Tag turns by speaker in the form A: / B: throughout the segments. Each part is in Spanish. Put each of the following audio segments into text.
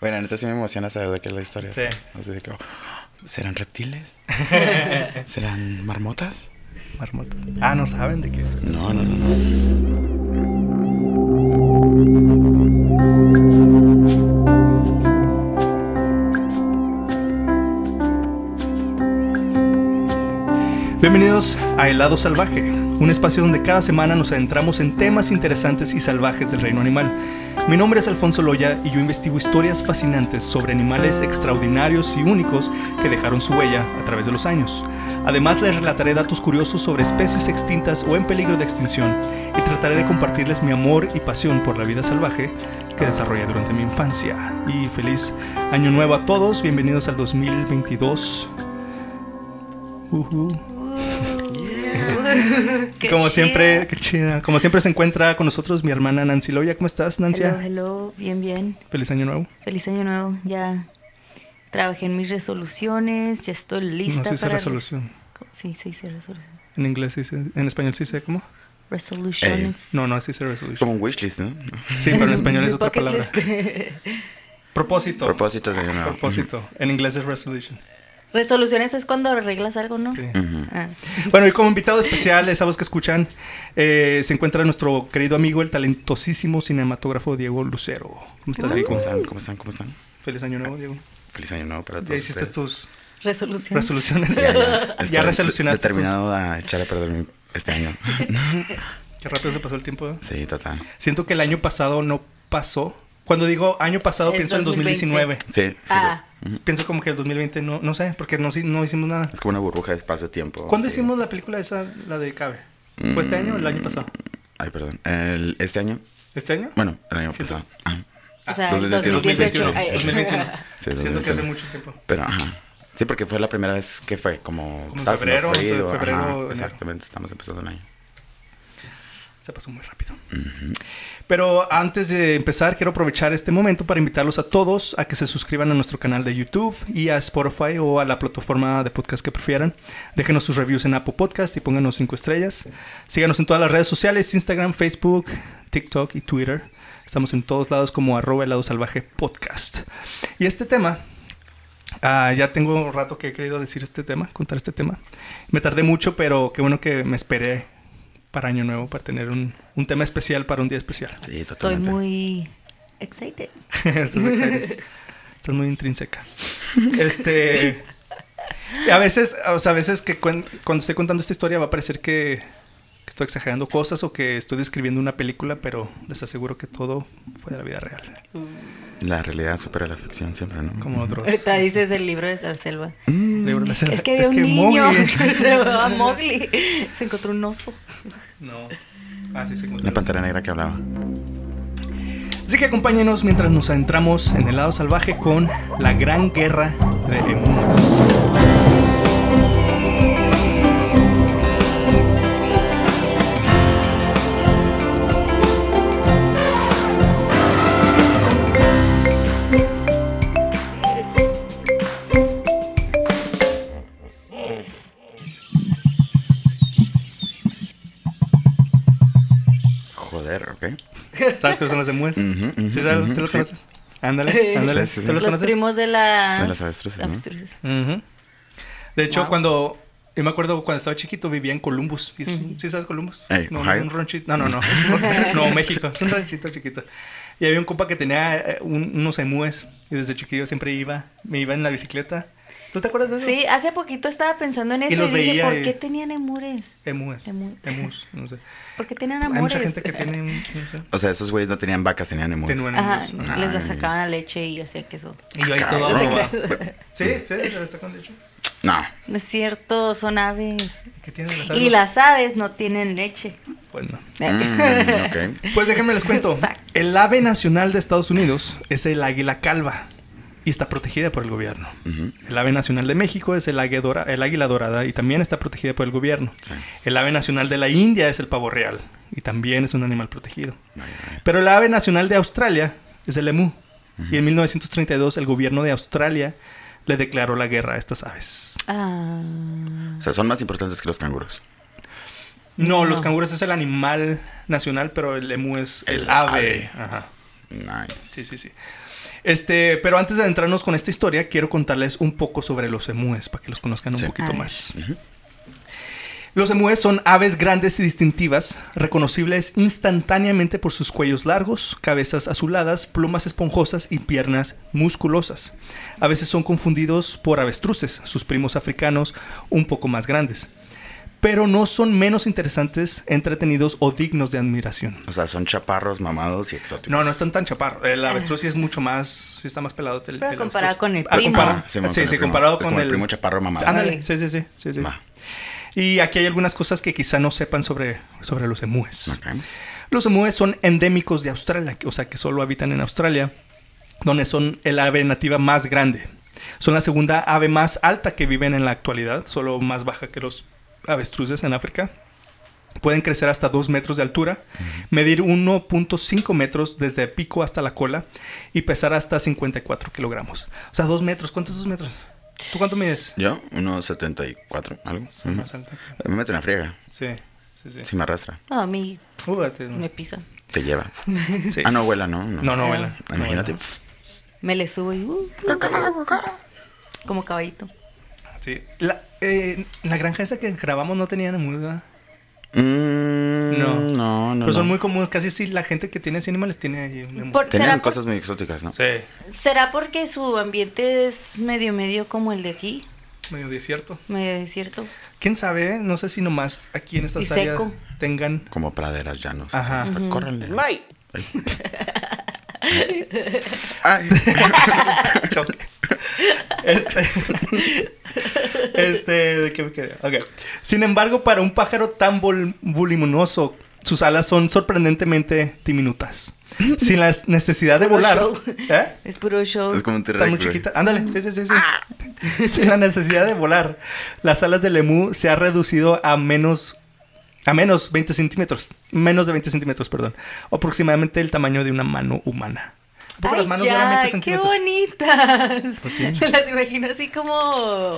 A: Bueno, la neta sí me emociona saber de qué es la historia.
B: Sí.
A: O sea, de que, oh, ¿Serán reptiles? ¿Serán marmotas?
B: Marmotas. Ah, no saben de qué es. güey.
A: No, no, no, no.
B: Bienvenidos a El lado Salvaje, un espacio donde cada semana nos adentramos en temas interesantes y salvajes del reino animal. Mi nombre es Alfonso Loya y yo investigo historias fascinantes sobre animales extraordinarios y únicos que dejaron su huella a través de los años. Además les relataré datos curiosos sobre especies extintas o en peligro de extinción y trataré de compartirles mi amor y pasión por la vida salvaje que desarrollé durante mi infancia. Y feliz año nuevo a todos, bienvenidos al 2022. Ujú.
C: Qué
B: como
C: chido.
B: siempre, qué chida. Como siempre se encuentra con nosotros mi hermana Nancy Loya. ¿Cómo estás, Nancy?
C: Hello, hello, bien, bien.
B: Feliz año nuevo.
C: Feliz año nuevo. Ya trabajé en mis resoluciones, ya estoy lista
B: no se dice
C: para.
B: resolución.
C: Sí, sí, sí, resolución.
B: En inglés se dice, en español se dice cómo?
C: Resolutions.
B: No, no, se dice
A: Es
B: resolución.
A: como un wishlist, ¿no?
B: Sí, pero en español es
C: Mi
B: otra
C: bucket
B: palabra.
C: list.
B: Propósito.
A: Propósitos de una.
B: Propósito. En inglés es resolution.
C: resoluciones es cuando arreglas algo, ¿no?
B: Sí.
C: Ah.
B: Bueno, y como invitado especial, esa voz que escuchan, eh, se encuentra nuestro querido amigo, el talentosísimo cinematógrafo Diego Lucero. ¿Cómo estás, Diego?
A: ¿Cómo están? ¿Cómo están? ¿Cómo están?
B: Feliz año nuevo, Diego.
A: Feliz año nuevo para todos.
B: Ya hiciste
A: ustedes.
B: tus
C: Resoluciones.
B: resoluciones.
A: Ya, ya.
B: ya
A: Estoy
B: resolucionaste. tus-
A: Determinado a echar a perder mi- este año.
B: Qué rápido se pasó el tiempo. ¿eh?
A: Sí, total.
B: Siento que el año pasado no pasó. Cuando digo año pasado,
C: Es
B: pienso en 2019.
C: 2020.
A: Sí. sí,
C: Ah,
B: Pienso como que el 2020 no, no sé, porque no, si- no hicimos nada.
A: Es como una burbuja de espacio-tiempo.
B: ¿Cuándo
A: así.
B: hicimos la película esa, la de Cabe? ¿Fue
A: Mm.
B: este año o el año pasado?
A: Ay, perdón. El- este año.
B: ¿Este año?
A: Bueno, el año pasado. Ah,
C: o sea,
A: Ah,
C: 2018.
A: 2021.
C: Ay,
B: 2021.
A: Sí,
B: Siento que hace
A: 2021.
B: mucho tiempo.
A: pero ajá. Sí, porque fue la primera vez que fue como.
B: Como en
A: estaba haciendo
B: febrero, entonces, febrero,
A: ajá,
B: enero.
A: exactamente, estamos empezando el año.
B: Se pasó muy rápido. Pero antes de empezar, quiero aprovechar este momento para invitarlos a todos a que se suscriban a nuestro canal de YouTube y a Spotify o a la plataforma de podcast que prefieran. Déjenos sus reviews en Apple Podcast y pónganos cinco estrellas. Síganos en todas las redes sociales, Instagram, Facebook, TikTok y Twitter. Estamos en todos lados como arroba helado salvaje podcast. Y este tema Ah, ya tengo un rato que he querido decir este tema, contar este tema. Me tardé mucho, pero qué bueno que me esperé para Año Nuevo, para tener un, un tema especial para un día especial.
A: Sí,
C: Estoy
A: totalmente.
C: muy excited.
B: Estás, excited. Estás muy intrínseca. Este. A veces, o sea, a veces que cuen- cuando estoy contando esta historia va a parecer que, que estoy exagerando cosas o que estoy describiendo una película, pero les aseguro que todo fue de la vida real.
A: La realidad supera la ficción siempre, ¿no?
B: Como otros.
C: Ahorita dices el libro de Salselva.
B: libros de la selva.
C: Es que había un niño
B: Mm. Mowgli-
C: que se llamaba Mowgli. Se encontró un oso.
B: No. Ah, sí, se encuentra.
A: La pantera negra que hablaba.
B: Así que acompáñenos mientras nos adentramos en el lado salvaje con la gran guerra de emunas.
A: Joder, ¿ok?
B: ¿Sabes cuáles son las emunas?
A: Ujú, ujú,
B: ¿Sí sabes?
A: ujú,
B: ¿Sí los
A: sí.
B: conoces? Ándale, ándale.
A: Sí, sí, sí.
B: ¿Tú los,
C: Los,
B: conoces?
C: primos de las,
A: De las avestruces, ¿no?
C: avestruces.
B: Ujú. De hecho,
C: Wow.
B: cuando... Yo me acuerdo cuando estaba chiquito vivía en Columbus. ¿Y es- ¿Sí sabes Columbus?
A: Ey,
B: no,
A: Ohio.
B: un ranchito. No, no, no. no, México. Es un ranchito chiquito. Y había un compa que tenía eh, un- unos emúes. Y desde chiquillo siempre iba. Me iba en la bicicleta. ¿Tú te acuerdas de eso?
C: Sí, hace poquito estaba pensando en eso y,
B: los
C: dije,
B: veía
C: ¿por
B: y-
C: qué tenían emures?
B: Emúes.
C: Emú-
B: Emús. No sé.
C: ¿Por qué tenían
B: Hay
C: amores?
B: mucha gente que tiene... no sé.
A: O sea, esos güeyes no tenían vacas, tenían emúes.
B: Tenían
C: Ajá,
B: emúes.
C: les
A: Nice.
C: la sacaban la leche y hacían queso.
B: Y yo ahí todo.
A: Cabrón,
B: Sí, sí, la sacan de hecho.
A: No.
C: No es cierto, son aves.
B: ¿Qué tienen las
C: Y
B: almas?
C: las aves no tienen leche.
B: Bueno.
C: Eh.
A: Mm, ok.
B: Pues déjenme les cuento. El ave nacional de Estados Unidos es el águila calva y está protegida por el gobierno. El ave nacional de México es el, águia dora- el águila dorada y también está protegida por el gobierno. El ave nacional de la India es el pavo real y también es un animal protegido.
A: Vaya, vaya.
B: Pero el ave nacional de Australia es el emú. Y en 1932 el gobierno de Australia le declaró la guerra a estas aves.
C: Ah,
A: O sea, son más importantes que los canguros.
B: No,
C: No.
B: los canguros es el animal nacional, pero el emu es el,
A: El
B: ave.
A: ave.
B: Ajá.
A: Nice.
B: Sí, sí, sí. Este, pero antes de adentrarnos con esta historia, quiero contarles un poco sobre los emúes para que los conozcan un
A: Sí.
B: poquito
C: A ver.
B: más. Los emúes son aves grandes y distintivas, reconocibles instantáneamente por sus cuellos largos, cabezas azuladas, plumas esponjosas y piernas musculosas. A veces son confundidos por avestruces, sus primos africanos un poco más grandes. Pero no son menos interesantes, entretenidos o dignos de admiración.
A: O sea, son chaparros, mamados y exóticos.
B: No, no están tan chaparros. El avestruz sí es mucho más. Sí está más pelado. que el-
C: Ah. Pero
B: el
C: comparado
B: avestruz.
C: con el
B: Ah,
C: primo.
B: compara-
A: Ah, Simón,
B: sí,
A: con el
B: sí,
A: primo.
B: comparado
A: Es
B: con
A: como el
B: el
A: primo chaparro mamado.
B: Ándale,
C: Ok.
B: sí, sí, sí. sí, sí.
A: Va.
B: Y aquí hay algunas cosas que quizá no sepan sobre, sobre los emúes.
A: Ok.
B: Los emúes son endémicos de Australia, que- o sea, que solo habitan en Australia, donde son el ave nativa más grande. Son la segunda ave más alta que viven en la actualidad, solo más baja que los avestruces en África. Pueden crecer hasta 2 metros de altura, medir 1.5 metros desde el pico hasta la cola y pesar hasta 54 kilogramos. O sea, 2 metros. ¿Cuántos 2 metros? ¿Tú cuánto mides?
A: Yo, 1.74, algo. Mm.
B: Soy más alto.
A: Me mete una friega.
B: Sí, sí, sí.
A: Si me arrastra.
C: No, a mí
B: Fúgate.
C: me pisa.
A: Te lleva.
B: Sí.
A: Ah, no, vuela, no. No,
B: No, no, abuela.
A: Imagínate.
C: Me le subo y... uh, como caballito.
B: Sí. La, eh, la granja esa que grabamos no tenía muda.
A: Mm,
B: No.
A: no. No, no.
B: Pero son muy comunes. Casi sí, la gente que tiene animales tiene ahí un emú.
C: Por-
A: Tenían
C: ¿será, por-
A: cosas muy exóticas, ¿no?
B: Sí,
C: será porque su ambiente es medio medio como el de aquí?
B: medio desierto.
C: Medio desierto.
B: ¿Quién sabe? No sé si nomás aquí en estas
C: Y
B: áreas
C: seco.
B: tengan...
A: Como praderas llanos.
B: Ajá.
A: así. Córrele.
D: Mike.
A: Ay.
B: Choc. este... este... ¿De qué me quedé? Ok. Sin embargo, para un pájaro tan vol- voluminoso, sus alas son sorprendentemente diminutas. Sin la necesidad de
C: Puro
B: volar...
C: show.
B: ¿Eh?
C: Es puro show.
A: es como un T-Rex.
B: Está muy
A: güey.
B: chiquita. Ándale, sí, sí, sí. sí.
C: Ah.
B: Sin la necesidad de volar, las alas del emú se ha reducido a menos. A menos 20 centímetros. Menos de 20 centímetros, perdón. Aproximadamente el tamaño de una mano humana. Un poco
C: Ay,
B: las manos
C: ya,
B: eran 20
C: ¡Qué
B: centímetros.
C: bonitas!
B: Pues sí.
C: Me las imagino así como...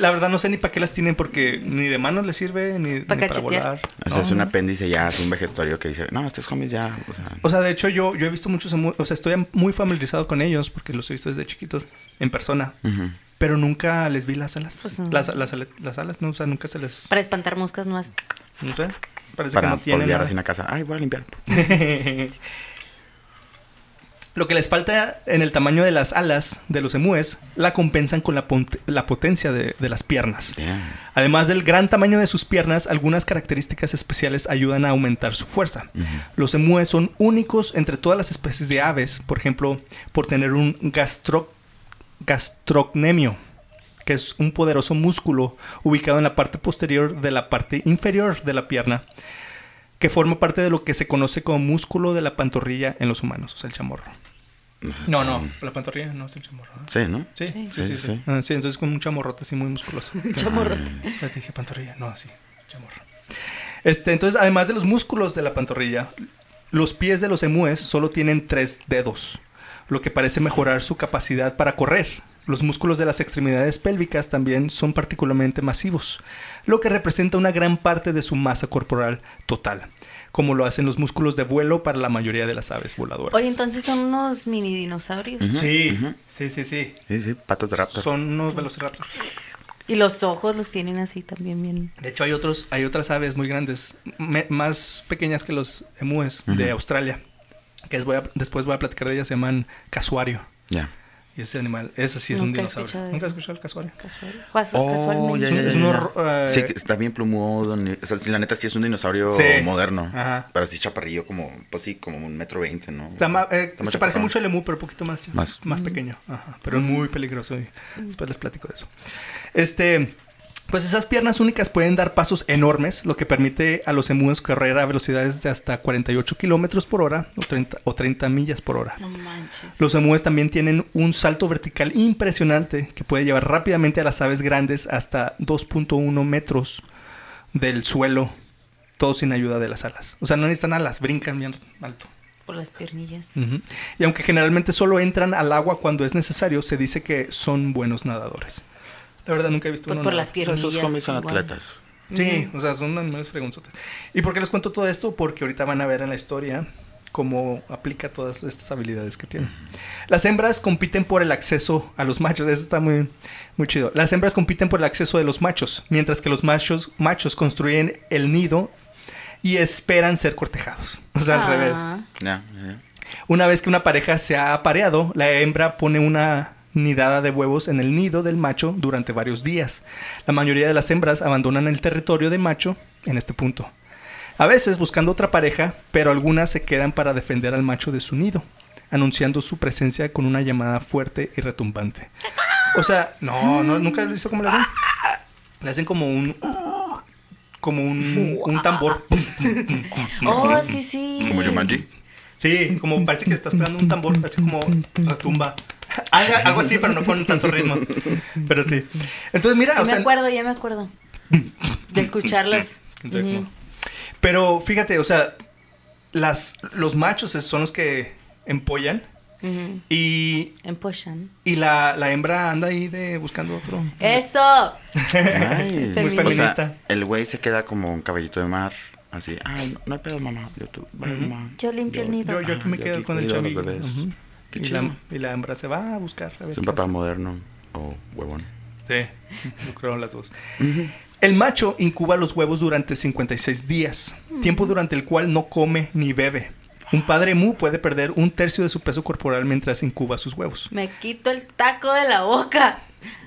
B: La verdad no sé ni para qué las tienen porque ni de mano les sirve ni ni
C: Pa'
B: para,
C: cachetear.
B: volar.
A: O sea, es
B: Oh.
A: un apéndice ya, es un vejestorio que dice, no, estos homies ya, o sea,
B: O sea, de hecho yo, yo he visto muchos emú- O sea, estoy muy familiarizado con ellos porque los he visto desde chiquitos en persona.
A: ujú.
B: Pero nunca les vi las alas.
C: Pues no.
B: las, las ale- las alas, ¿no? O sea, nunca se les...
C: Para espantar moscas no es...
B: No sé. Parece
A: para
B: que no tienen...
A: polviar
B: nada.
A: así en la casa. Ay, voy a limpiar.
B: Lo que les falta en el tamaño de las alas de los emúes la compensan con la, ponte- la potencia de, de las piernas.
A: Damn.
B: Además del gran tamaño de sus piernas, algunas características especiales ayudan a aumentar su fuerza. Los emúes son únicos entre todas las especies de aves, por ejemplo, por tener un gastro- gastrocnemio, que es un poderoso músculo ubicado en la parte posterior de la parte inferior de la pierna, que forma parte de lo que se conoce como músculo de la pantorrilla en los humanos, o sea, el chamorro. No, no, la pantorrilla no es el chamorro. ¿eh?
A: Sí, ¿no?
B: Sí, sí, sí.
A: Sí,
B: Sí,
A: sí.
B: Ah, sí, entonces con un chamorrote así muy musculoso.
C: Chamorrote.
B: Ya te dije pantorrilla. No, sí, chamorro. Este, entonces, además de los músculos de la pantorrilla, los pies de los emúes solo tienen tres dedos, lo que parece mejorar su capacidad para correr. Los músculos de las extremidades pélvicas también son particularmente masivos, lo que representa una gran parte de su masa corporal total, como lo hacen los músculos de vuelo para la mayoría de las aves voladoras.
C: Oye, entonces son unos mini dinosaurios.
B: sí, sí, sí, sí.
A: Sí, sí, patas de raptor.
B: Son unos velociraptors.
C: Y los ojos los tienen así también bien.
B: De hecho, hay otros, hay otras aves muy grandes, me- más pequeñas que los emúes de Australia, que les voy a- después voy a platicar de ellas, se llaman casuario.
A: Ya.
B: Y ese animal, ese sí es un
C: Nunca he
B: dinosaurio.
C: escuchado de
B: ¿Nunca
C: eso.
B: has escuchado el casuario?
C: Casual, casu-
A: Oh,
C: casualmente.
A: ya,
B: Es
A: ya,
B: un-
A: ya,
B: es uno
A: ya.
B: ro- eh,
A: Sí, que está bien plumudo. ni- O sea, la neta sí es un dinosaurio
B: Sí.
A: moderno.
B: Ajá.
A: Pero así chaparrillo, como, pues sí, como un metro veinte, ¿no?
B: Está ma- eh,
A: Está más
B: se parece
A: chaparrón.
B: mucho al emú, pero un poquito más, más.
A: Más.
B: pequeño. Ajá, pero
C: Mm.
B: es muy peligroso. y después les platico de eso. Este, pues esas piernas únicas pueden dar pasos enormes, lo que permite a los emúes correr a velocidades de hasta 48 kilómetros por hora o 30, o 30 millas por hora.
C: No manches.
B: Los emúes también tienen un salto vertical impresionante que puede llevar rápidamente a las aves grandes hasta 2.1 metros del suelo, todo sin ayuda de las alas. O sea, no necesitan alas, brincan bien alto.
C: Por las piernillas.
B: Ujú. Y aunque generalmente solo entran al agua cuando es necesario, se dice que son buenos nadadores. La verdad, nunca he visto
C: Pues
B: uno
C: por
B: nadar.
C: las
A: O sea,
C: piernillas.
A: esos homies son
C: igual.
A: atletas.
B: Sí, o sea, son animales fregonzotes. ¿Y por qué les cuento todo esto? Porque ahorita van a ver en la historia cómo aplica todas estas habilidades que tiene. Las hembras compiten por el acceso a los machos. Eso está muy, muy chido. Las hembras compiten por el acceso de los machos, mientras que los machos, machos construyen el nido y esperan ser cortejados. O sea, al revés.
C: Ah,
A: Ya, ya.
B: Una vez que una pareja se ha apareado, la hembra pone una nidada de huevos en el nido del macho durante varios días. La mayoría de las hembras abandonan el territorio de macho en este punto. A veces buscando otra pareja, pero algunas se quedan para defender al macho de su nido, anunciando su presencia con una llamada fuerte y retumbante. O sea, no, no nunca lo hizo como le hacen. Le hacen como un como un, un tambor.
C: Oh, sí, sí.
A: Como Jumanji.
B: Sí, como parece que estás pegando un tambor, así como retumba. Algo, algo así, pero no con tanto ritmo. Pero sí. Entonces, mira,
C: Sí,
B: o
C: me
B: sea,
C: acuerdo, ya me acuerdo. De escucharlas.
B: quién sabe cómo. Pero fíjate, o sea, las, los machos es- son los que empollan
C: Ujú.
B: y,
C: En Potion.
B: y la, la hembra anda ahí de buscando otro.
C: ¡Eso!
A: Ay.
C: Muy
A: O
B: feminista.
A: sea, el güey se queda como un caballito de mar. Así, ay, no, no hay pedo, mamá. Yo, tú, vale, mamá.
C: Yo limpio el
B: Yo,
C: nido.
B: yo aquí me
A: Ah, yo
B: quedo
A: aquí
B: con el
A: cuido a los
B: chavillo.
A: bebés.
B: Ujú.
A: Qué
B: Y la,
A: chido.
B: y la hembra se va a buscar. a ver
A: Es un
B: qué
A: papá
B: hace.
A: moderno o huevón.
B: Sí, yo creo las dos. El macho incuba los huevos durante 56 días, tiempo durante el cual no come ni bebe. Un padre mu puede perder un tercio de su peso corporal mientras incuba sus huevos.
C: Me quito el taco de la boca.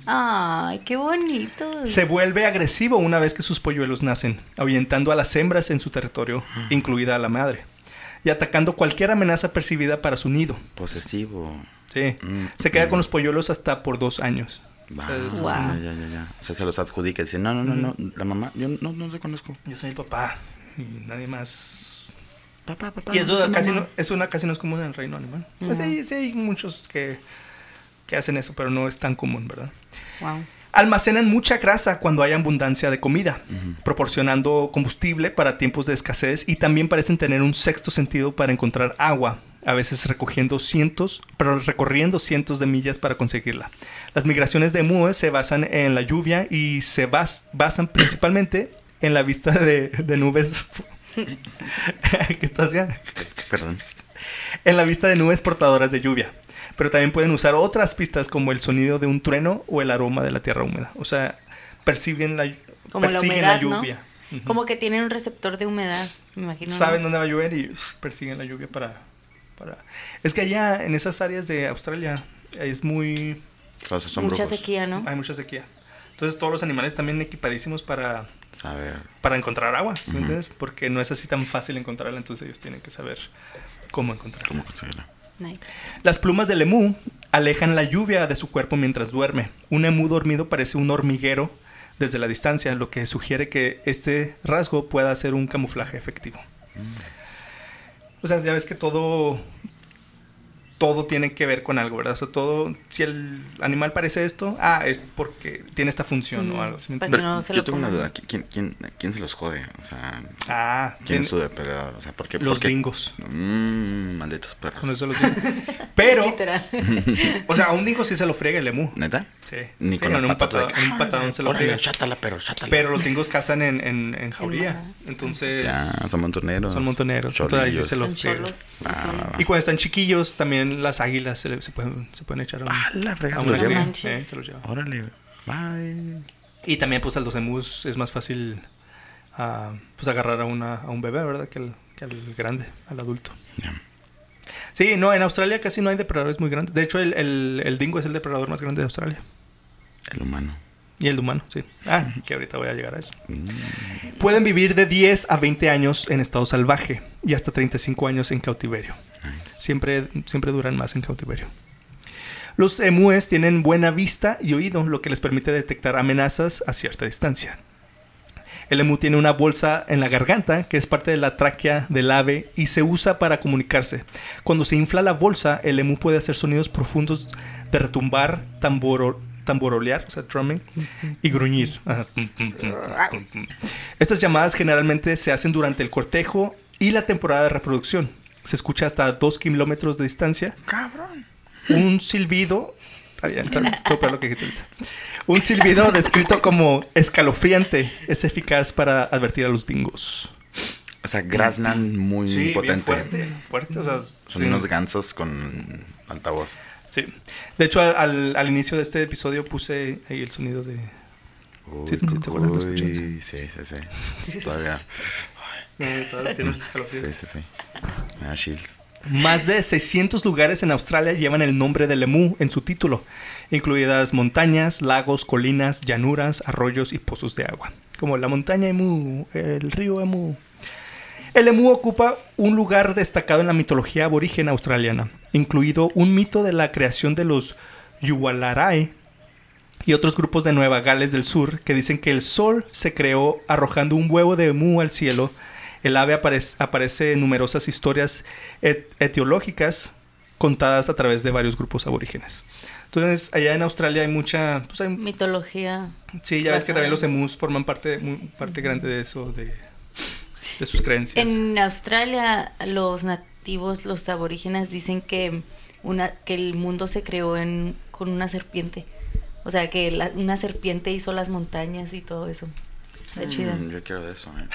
C: Ay, qué bonito.
B: Se vuelve agresivo una vez que sus polluelos nacen, ahuyentando a las hembras en su territorio, incluida a la madre, y atacando cualquier amenaza percibida para su nido.
A: Posesivo.
B: Sí.
A: Mm,
B: Se queda
A: mm.
B: con los polluelos hasta por dos años.
A: Va,
B: O sea, es-
C: Wow.
A: Ya, ya, ya, ya. O sea, se los adjudica y dice, no, no, no, no, la mamá, yo no, no te conozco.
B: Yo soy el papá y nadie más
A: Papá, papá.
B: Y eso
A: soy
B: casi
A: mamá.
B: no, es una casi no es común en el reino animal. Pues sí, sí hay muchos que, que hacen eso, pero no es tan común, ¿verdad?
C: Wow.
B: Almacenan mucha grasa cuando hay abundancia de comida, proporcionando combustible para tiempos de escasez y también parecen tener un sexto sentido para encontrar agua, a veces recogiendo cientos, pero recorriendo cientos de millas para conseguirla. Las migraciones de MUE se basan en la lluvia y se bas- basan principalmente en la vista de, de nubes. ¿Qué estás bien?
A: Perdón.
B: en la vista de nubes portadoras de lluvia. Pero también pueden usar otras pistas como el sonido de un trueno o el aroma de la tierra húmeda. O sea, perciben la,
C: Como la
B: persiguen
C: humedad, ¿no?
B: lluvia. Ujú.
C: Como que tienen un receptor de humedad, me imagino. ¿no?
B: Saben dónde va a llover y uf, persiguen la lluvia para, para... Es que allá en esas áreas de Australia es muy...
A: Todos son
C: Mucha
A: brujos.
C: sequía, ¿no?
B: Hay mucha sequía. Entonces todos los animales también equipadísimos para,
A: Saber.
B: para encontrar agua, ¿sí me entiendes? Porque no es así tan fácil encontrarla, entonces ellos tienen que saber cómo encontrarla.
A: ¿Cómo conseguirla?
C: Nice.
B: Las plumas del emú alejan la lluvia de su cuerpo mientras duerme. Un emú dormido parece un hormiguero desde la distancia, lo que sugiere que este rasgo pueda ser un camuflaje efectivo.
A: Mm.
B: O sea, ya ves que todo todo tiene que ver con algo, ¿verdad? O sea, todo si el animal parece esto, ah, es porque tiene esta función o algo, ¿sí me entiendes?
C: Pero Mm. no se
A: yo
C: lo
A: tengo una
C: coman.
A: duda. ¿Qui- ¿Quién, quién, quién se los jode? O sea,
B: Ah,
A: ¿quién es
B: tiene-
A: su depredador? O sea, ¿por qué?
B: los
A: por qué?
B: dingos.
A: Mm, malditos perros.
B: Con eso los digo. Pero,
C: Literal.
B: o sea, a un dingo sí se lo friega el emú.
A: ¿Neta?
B: Sí.
A: Ni
B: Sí,
A: con
B: no,
A: las
B: en un,
A: patas de
B: patadón-
A: que,
B: en un patadón se lo
A: Órale,
B: friega.
A: chátala, pero chátala.
B: Pero los gringos cazan en, en, en jauría.
C: manada.
B: Entonces.
A: Ya, son montoneros.
B: Son montoneros, entonces ahí sí
A: Cholillos.
B: se lo-
C: Son cholos.
A: Ah, va, va.
B: Y cuando están chiquillos, también las águilas se, le- se pueden, se pueden echar a un-
A: Ah, la
B: a
A: fregada se los
B: una
C: No
A: lleva.
B: jauría.
C: manches.
B: Eh, se los lleva.
A: Órale, bye.
B: Y también, pues, al los emus es más fácil ah, pues, agarrar a, una, a un bebé, ¿verdad? Que al, que al grande, al adulto.
A: Ya.
B: Sí, no, en Australia casi no hay depredadores muy grandes. De hecho, el, el, el dingo es el depredador más grande de Australia.
A: El humano.
B: Y el de humano, sí. Ah, que ahorita voy a llegar a eso.
A: Mm.
B: Pueden vivir de 10 a 20 años en estado salvaje y hasta 35 años en cautiverio. Siempre, siempre duran más en cautiverio. Los emúes tienen buena vista y oído, lo que les permite detectar amenazas a cierta distancia. El emú tiene una bolsa en la garganta que es parte de la tráquea del ave y se usa para comunicarse. Cuando se infla la bolsa, el emú puede hacer sonidos profundos de retumbar, tamboro- tamborolear, o sea, drumming, y gruñir. Ajá. Estas llamadas generalmente se hacen durante el cortejo y la temporada de reproducción. Se escucha hasta 2 kilómetros de distancia
A: Cabrón.
B: un silbido. Está bien, está bien, todo para lo que dijiste ahorita. Un silbido descrito como escalofriante es eficaz para advertir a los dingos.
A: O sea, Grassland muy
B: Sí, bien
A: Mm, potente.
B: fuerte, fuerte. O sea,
A: Son
B: sí.
A: unos gansos con altavoz.
B: Sí. De hecho, al, al- al inicio de este episodio puse ahí el sonido de.
A: Uy,
B: Sí, sí, te acuerdas,
A: uy,
B: lo
A: sí,
B: escuchaste.
A: sí, sí. Todavía.
B: Tienes
A: Sí, sí, sí. Me da chills.
B: Más de 600 lugares en Australia llevan el nombre de Lemú en su título, incluidas montañas, lagos, colinas, llanuras, arroyos y pozos de agua, como la montaña Emu, el río Emu. El Emu ocupa un lugar destacado en la mitología aborigen australiana, incluido un mito de la creación de los Yuwalarae y otros grupos de Nueva Gales del Sur que dicen que el sol se creó arrojando un huevo de Emu al cielo. El ave aparece, aparece en numerosas historias et- etiológicas contadas a través de varios grupos aborígenes. Entonces, allá en Australia hay mucha... pues, hay-
C: Mitología.
B: sí, ya ves que también
C: basada en-
B: los emus forman parte, mu- parte grande de eso, de, de sus creencias.
C: En Australia, los nativos, los aborígenes dicen que una que el mundo se creó en, con una serpiente. O sea, que la- una serpiente hizo las montañas y todo eso. Está chido.
A: Mm, yo quiero de eso, man.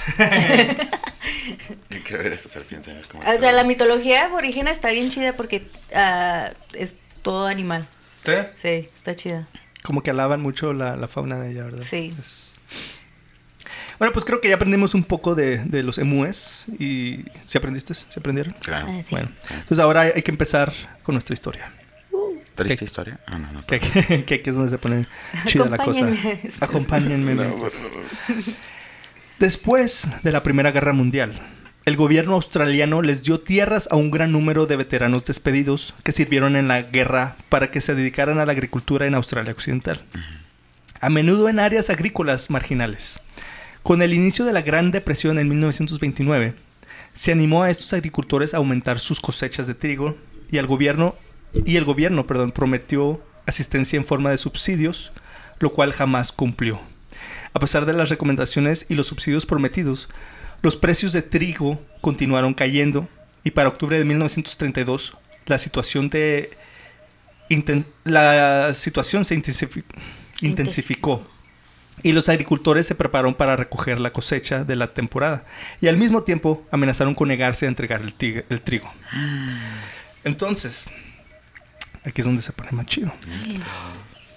A: yo quiero ver esa serpiente. a ver cómo
C: O
A: está.
C: sea, la mitología aborígena está bien chida porque ah, es todo animal.
B: ¿Sí?
C: Sí, está chida.
B: Como que alaban mucho la, la fauna de ella, ¿verdad?
C: Sí.
B: Es- Bueno, pues creo que ya aprendimos un poco de, de los emúes y ¿sí aprendiste? ¿Se aprendieron?
A: Claro.
C: Ah, sí.
B: Bueno, entonces ahora hay que empezar con nuestra historia.
A: ¿Triste
B: ¿Qué?
A: historia? Ah, no, no.
B: Que, que- que aquí es donde se pone chida la cosa.
C: Acompáñenme.
B: Acompáñenme.
A: No,
B: mientras-
A: pues, no, no.
B: Después de la Primera Guerra Mundial, el gobierno australiano les dio tierras a un gran número de veteranos despedidos que sirvieron en la guerra para que se dedicaran a la agricultura en Australia Occidental, a menudo en áreas agrícolas marginales. Con el inicio de la Gran Depresión en 1929, se animó a estos agricultores a aumentar sus cosechas de trigo y al gobierno y el gobierno, perdón, prometió asistencia en forma de subsidios, lo cual jamás cumplió. A pesar de las recomendaciones y los subsidios prometidos, los precios de trigo continuaron cayendo y para octubre de 1932 la situación de inten- la situación se intensifi- intensificó y los agricultores se prepararon para recoger la cosecha de la temporada y al mismo tiempo amenazaron con negarse a entregar el, tig- el trigo. Entonces, aquí es donde se pone más chido.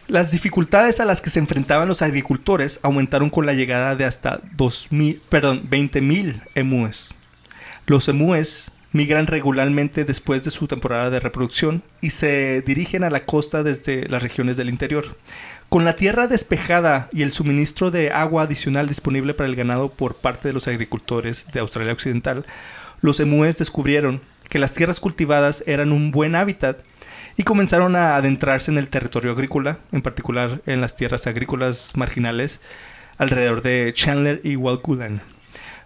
B: Las dificultades a las que se enfrentaban los agricultores aumentaron con la llegada de hasta 2000, perdón, 20.000 emúes. Los emúes migran regularmente después de su temporada de reproducción y se dirigen a la costa desde las regiones del interior. Con la tierra despejada y el suministro de agua adicional disponible para el ganado por parte de los agricultores de Australia Occidental, los emúes descubrieron que las tierras cultivadas eran un buen hábitat y comenzaron a adentrarse en el territorio agrícola, en particular en las tierras agrícolas marginales alrededor de Chandler y Walculan.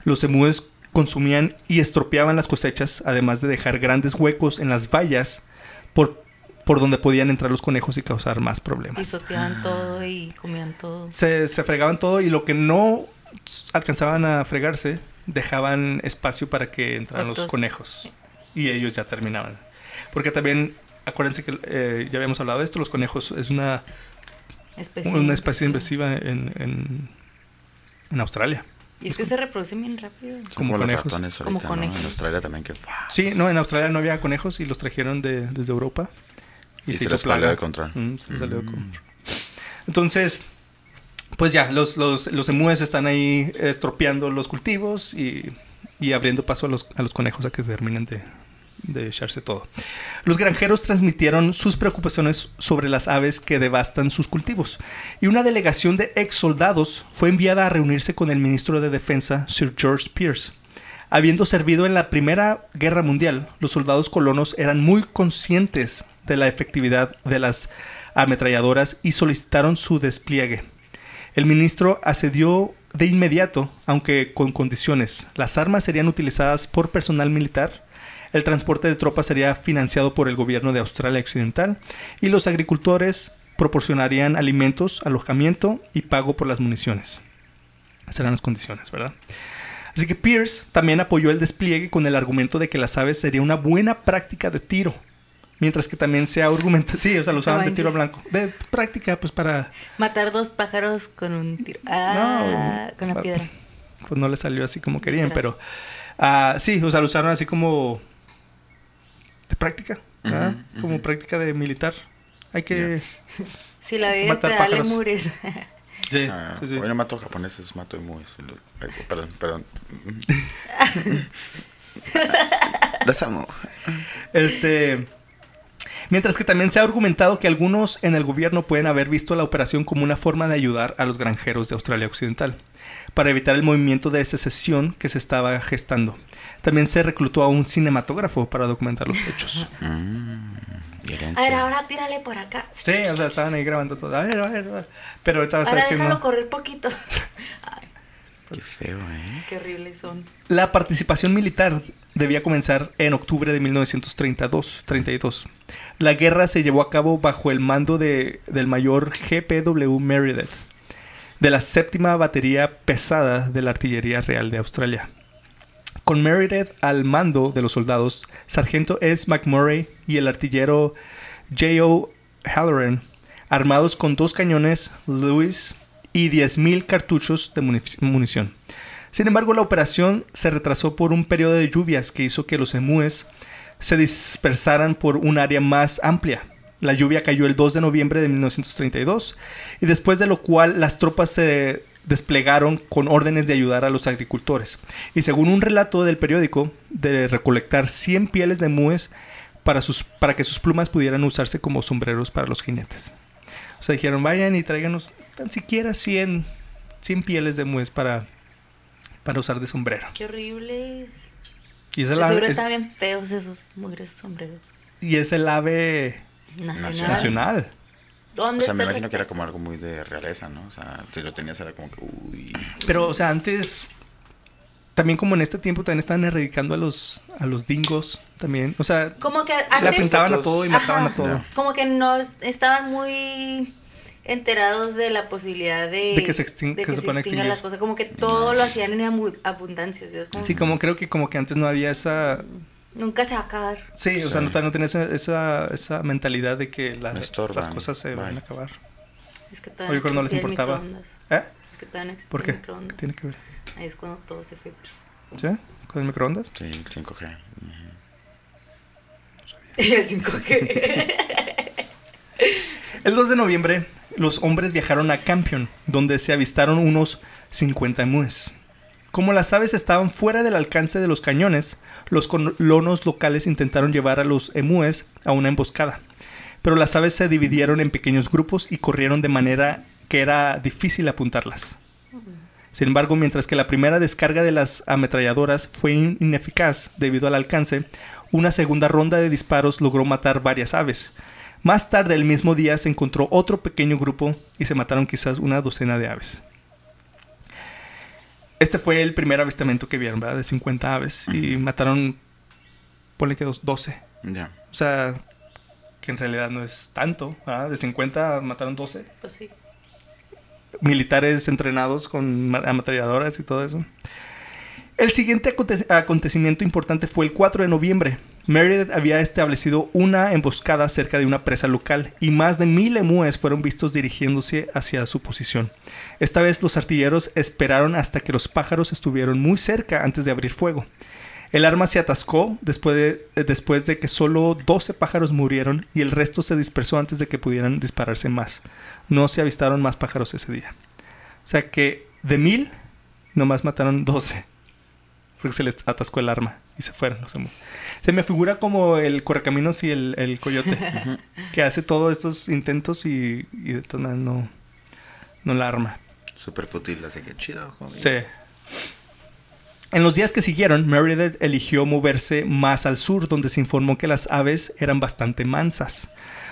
B: Los emúes consumían y estropeaban las cosechas, además de dejar grandes huecos en las vallas por, por donde podían entrar los conejos y causar más problemas.
C: Pisoteaban todo y comían todo.
B: Se, se fregaban todo y lo que no s- alcanzaban a fregarse, dejaban espacio para que entraran los
C: Otros.
B: conejos. Y ellos ya terminaban. Porque también, acuérdense que eh, ya habíamos hablado de esto, los conejos es una,
C: Especie.
B: una especie invasiva en, en, en Australia.
C: Y es que se reproducen bien rápido.
B: Como
A: Como,
B: conejos.
A: los ratones
C: Como
A: ahorita, ¿no?
C: conejos.
A: En Australia también que...
B: Sí, no, en Australia no había conejos y los trajeron de- desde Europa.
A: Y se
B: hizo
A: les salió
B: plaga.
A: de control.
B: Mm, se les salió de control. Entonces, pues ya, los, los, los emúes están ahí estropeando los cultivos y, y abriendo paso a los, a los conejos a que terminen de, de echarse todo. Los granjeros transmitieron sus preocupaciones sobre las aves que devastan sus cultivos y una delegación de ex soldados fue enviada a reunirse con el ministro de Defensa, Sir George Pierce. Habiendo servido en la Primera Guerra Mundial, los soldados colonos eran muy conscientes de la efectividad de las ametralladoras y solicitaron su despliegue. El ministro accedió de inmediato, aunque con condiciones. Las armas serían utilizadas por personal militar, el transporte de tropas sería financiado por el gobierno de Australia Occidental y los agricultores proporcionarían alimentos, alojamiento y pago por las municiones. Serán las condiciones, ¿verdad? Así que Pierce también apoyó el despliegue con el argumento de que las aves sería una buena práctica de tiro. Mientras que también se ha argumentado, sí, o sea, lo usaban de tiro a blanco. De práctica, pues para
C: Matar dos pájaros con un tiro. Ah,
B: No.
C: con la piedra.
B: pues no le salió así como querían, pero Ah, sí, o sea, lo usaron así como de práctica, ¿verdad? como práctica de militar. Hay que...
C: Si la vida
B: Matar
C: te da
B: pájaros.
C: lemures.
B: Sí,
A: Ah,
B: sí, sí.
A: Hoy no mato japoneses, mato emues. Ay, Perdón, perdón. Las amo.
B: Este. Mientras que también se ha argumentado que algunos en el gobierno pueden haber visto la operación como una forma de ayudar a los granjeros de Australia Occidental, para evitar el movimiento de secesión que se estaba gestando. También se reclutó a un cinematógrafo para documentar los hechos.
A: Mm,
C: A ver,
A: Violencia.
C: ahora tírale por acá.
B: Sí, o sea, estaban ahí grabando todo. A ver, a ver, a ver. Pero ahorita vas a ver
C: Ahora
B: que
C: déjalo
B: no.
C: correr poquito. Ay,
A: Qué feo, ¿eh?
C: qué horribles son.
B: La participación militar debía comenzar en octubre de 1932. 32. La guerra se llevó a cabo bajo el mando de- del mayor GPW Meredith, de la séptima batería pesada de la Artillería Real de Australia. Con Meredith al mando de los soldados, Sargento S. McMurray y el artillero J.O. Halloran, armados con dos cañones Lewis y 10.000 cartuchos de munici- munición. Sin embargo, la operación se retrasó por un periodo de lluvias que hizo que los emúes se dispersaran por un área más amplia. La lluvia cayó el 2 de noviembre de 1932 y después de lo cual las tropas se desplegaron con órdenes de ayudar a los agricultores. Y según un relato del periódico, de recolectar 100 pieles de emúes para, sus, para que sus plumas pudieran usarse como sombreros para los jinetes. O sea, dijeron, vayan y tráiganos tan siquiera 100, 100 pieles de emúes para, para usar de sombrero.
C: Qué horribles.
B: Y es el,
C: De Seguro
B: ave, es-
C: están bien feos esos mugres sombreros.
B: y es el ave
C: Nacional.
B: nacional.
A: O
C: ¿Dónde
A: sea, me
C: está el
A: imagino que era
C: respeto?
A: como algo muy de realeza, ¿no? O sea, si lo tenías era como que, uy.
B: Pero, o sea, antes, también como en este tiempo, también estaban erradicando a los, a los dingos, también. O sea,
C: Como que
B: le
C: antes.
B: apuntaban a todo y
C: Ajá.
B: mataban a todo.
A: Ya.
C: Como que no es- estaban muy enterados de la posibilidad de,
B: De que se extin-
C: de
B: que
C: que
B: se
C: se
B: puedan
C: extinga
B: extinguir.
C: la cosa. Como que todo lo hacían en abu- abundancia. ¿sí? Es como,
B: Sí, como creo que como que antes no había esa...
C: Nunca se va a acabar.
B: Sí, o sea, no, no tenía esa, esa, esa mentalidad de que la-
A: Me estorban.
B: las cosas se van
A: Bye.
B: a acabar.
C: Es que
B: Oye,
C: todavía
B: cuando no les
C: existía el
B: importaba.
C: microondas.
B: ¿Eh?
C: Es que todavía no existía
B: ¿Por
C: el
B: qué? ¿Qué
C: microondas.
B: tiene que ver?
C: Ahí es cuando todo se fue. pss.
B: ¿Sí? ¿Con el microondas?
A: Sí, 5G. Ujú.
C: El 5G.
B: El 2 de noviembre, los hombres viajaron a Campion, donde se avistaron unos 50 emúes. Como las aves estaban fuera del alcance de los cañones, los colonos locales intentaron llevar a los emúes a una emboscada. Pero las aves se dividieron en pequeños grupos y corrieron de manera que era difícil apuntarlas. Sin embargo, mientras que la primera descarga de las ametralladoras fue in- ineficaz debido al alcance, una segunda ronda de disparos logró matar varias aves. Más tarde el mismo día se encontró otro pequeño grupo y se mataron quizás una docena de aves. Este fue el primer avistamiento que vieron, ¿verdad? De 50 aves y mataron, ponle que dos- 12.
A: Ya.
B: O sea, que en realidad no es tanto, ¿verdad? De 50 mataron 12
C: pues sí.
B: militares entrenados con ma- ametralladoras y todo eso. El siguiente aconte- acontecimiento importante fue el 4 de noviembre. Meredith había establecido una emboscada cerca de una presa local y más de mil emúes fueron vistos dirigiéndose hacia su posición. Esta vez los artilleros esperaron hasta que los pájaros estuvieron muy cerca antes de abrir fuego. El arma se atascó después de, eh, después de que solo 12 pájaros murieron y el resto se dispersó antes de que pudieran dispararse más. No se avistaron más pájaros ese día. O sea que de mil, nomás mataron 12. Porque se les atascó el arma y se fueron. los emu. se me figura como el correcaminos y el, el coyote. que hace todos estos intentos y, y de todas maneras no, no la arma.
A: Súper fútil, así que chido, joven.
B: Sí. En los días que siguieron, Meredith eligió moverse más al sur, donde se informó que las aves eran bastante mansas,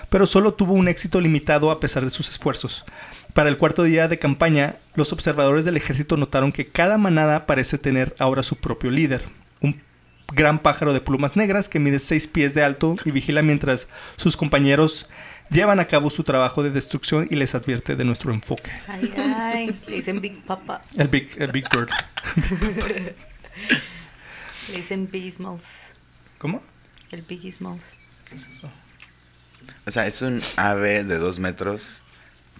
B: pero solo tuvo un éxito limitado a pesar de sus esfuerzos. Para el cuarto día de campaña, los observadores del ejército notaron que cada manada parece tener ahora su propio líder, un gran pájaro de plumas negras que mide 6 pies de alto y vigila mientras sus compañeros llevan a cabo su trabajo de destrucción y les advierte de nuestro enfoque.
C: Ay, ay. Le dicen Big Papa.
B: El Big, el Big Bird.
C: Le dicen Biggie Smalls.
B: ¿Cómo?
C: El Biggie Smalls.
A: O sea, es un ave de dos metros,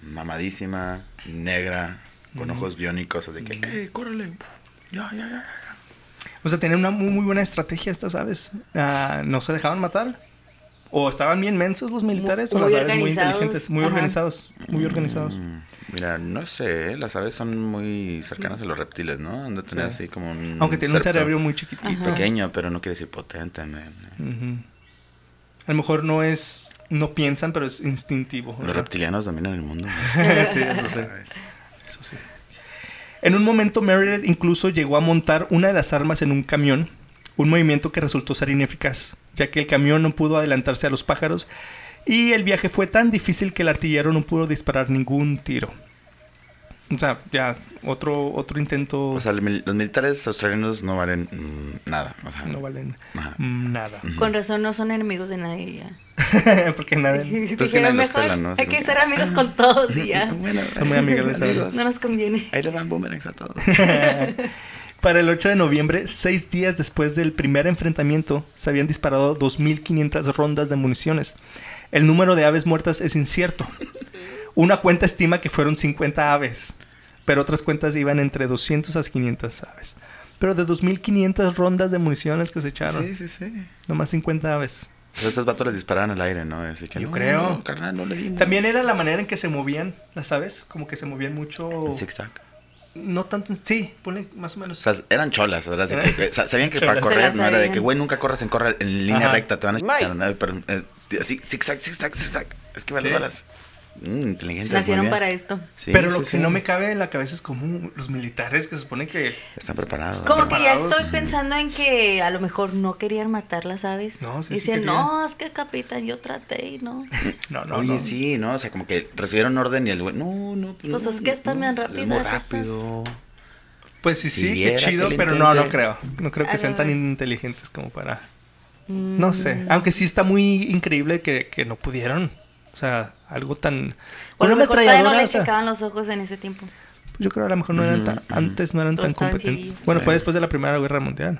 A: mamadísima, negra, con ojos biónicos, así que, ¡eh, córrele! Ya, ya, ya, ya.
B: O sea, tenían una muy, muy buena estrategia estas aves. Ah, no se dejaban matar. O estaban bien mensos los militares
C: Muy
B: o las aves muy
C: organizados.
B: inteligentes, muy
C: Ajá.
B: organizados, muy organizados.
A: Mm, Mira, no sé, ¿eh? las aves son muy cercanas a los reptiles, ¿no? Han de tener
B: Sí.
A: así como un.
B: Aunque tienen un
A: cerco
B: cerebro muy chiquitito.
A: Pequeño, pero no quiere decir potente, man.
B: A lo mejor no es, no piensan, pero es instintivo.
A: Los
B: ¿verdad?
A: reptilianos dominan el mundo. man.
B: sí, eso sí. Eso sí. En un momento, Meredith incluso llegó a montar una de las armas en un camión, un movimiento que resultó ser ineficaz, ya que el camión no pudo adelantarse a los pájaros y el viaje fue tan difícil que el artillero no pudo disparar ningún tiro. O sea, ya otro, otro intento
A: O sea, el mil- los militares australianos no valen mm, nada. O sea,
B: no valen
A: Ajá.
B: nada.
C: Con razón no son enemigos de nadie ya.
B: Porque nada.
A: Pues que
C: Dijeron,
A: nadie los
C: mejor
A: pela, ¿no?
C: Hay que ser amigos
B: "Ah,
C: con todos y ya.
A: Bueno,
B: Son muy amigables a los-
C: No nos conviene.
A: Ahí les van boomerangs a todos.
B: Para el 8 de noviembre, seis días después del primer enfrentamiento, se habían disparado 2.500 rondas de municiones. El número de aves muertas es incierto. Una cuenta estima que fueron 50 aves, pero otras cuentas iban entre 200 a 500 aves. Pero de 2.500 rondas de municiones que se echaron,
A: Sí, sí, sí.
B: nomás 50 aves.
A: Pero estos vatos les disparaban al aire, ¿no? Así que,
B: Yo
A: no,
B: creo.
A: no, carnal, no le dimos.
B: También era la manera en que se movían las aves, como que se movían mucho...
A: En zigzag.
B: No tanto... Sí, ponle más o menos...
A: O sea, eran cholas, era así que- que sa- sabían que para
B: Cholas.
A: correr
C: Se las
A: no era de
C: sabían.
A: que, güey, nunca corras en, corra en línea
B: Ajá.
A: recta, te van a
D: Mike.
A: ch- ¿no? Pero, eh, así, zigzag, zigzag, zigzag. Es que vale
B: Sí.
A: balas. Mm,
B: pues,
A: inteligentes. muy
C: Nacieron
A: bien.
C: para esto.
A: Sí,
B: Pero lo
A: sí,
B: que
A: sí.
B: no me cabe en la cabeza es como los militares que se supone que...
A: Están preparados.
C: Como que ya
B: Preparados.
C: estoy pensando en que a lo mejor no querían matar las aves.
B: No, sí, sí
C: Dicen,
B: querían.
C: no, es que capitán, yo traté y no.
B: No, no,
A: Oye,
B: no.
A: sí, ¿no? O sea, como que recibieron orden y el güey, no, no.
C: Pues
A: no,
C: es que están
A: no,
C: bien
A: es
C: rápidas
A: muy
C: estas.
A: rápido.
B: Pues sí, sí, qué
A: Siguiera que
B: chido,
A: lo
B: pero no, no
A: intente.
B: creo. No creo que
C: Ah,
B: sean
C: no,
B: tan
C: no.
B: inteligentes como para... No sé,
C: Mm.
B: aunque sí está muy increíble que, que no pudieron. O sea, algo tan...
C: Mm. O a
B: Una
C: lo mejor todavía no
B: ametralladora,
C: le
B: o sea,
C: checaban los ojos en ese tiempo.
B: yo creo que a lo mejor no eran tan, antes no eran
C: Todos
B: tan
C: estaban
B: competentes.
C: civiles.
B: Bueno,
A: Sí.
B: fue después de la Primera Guerra Mundial.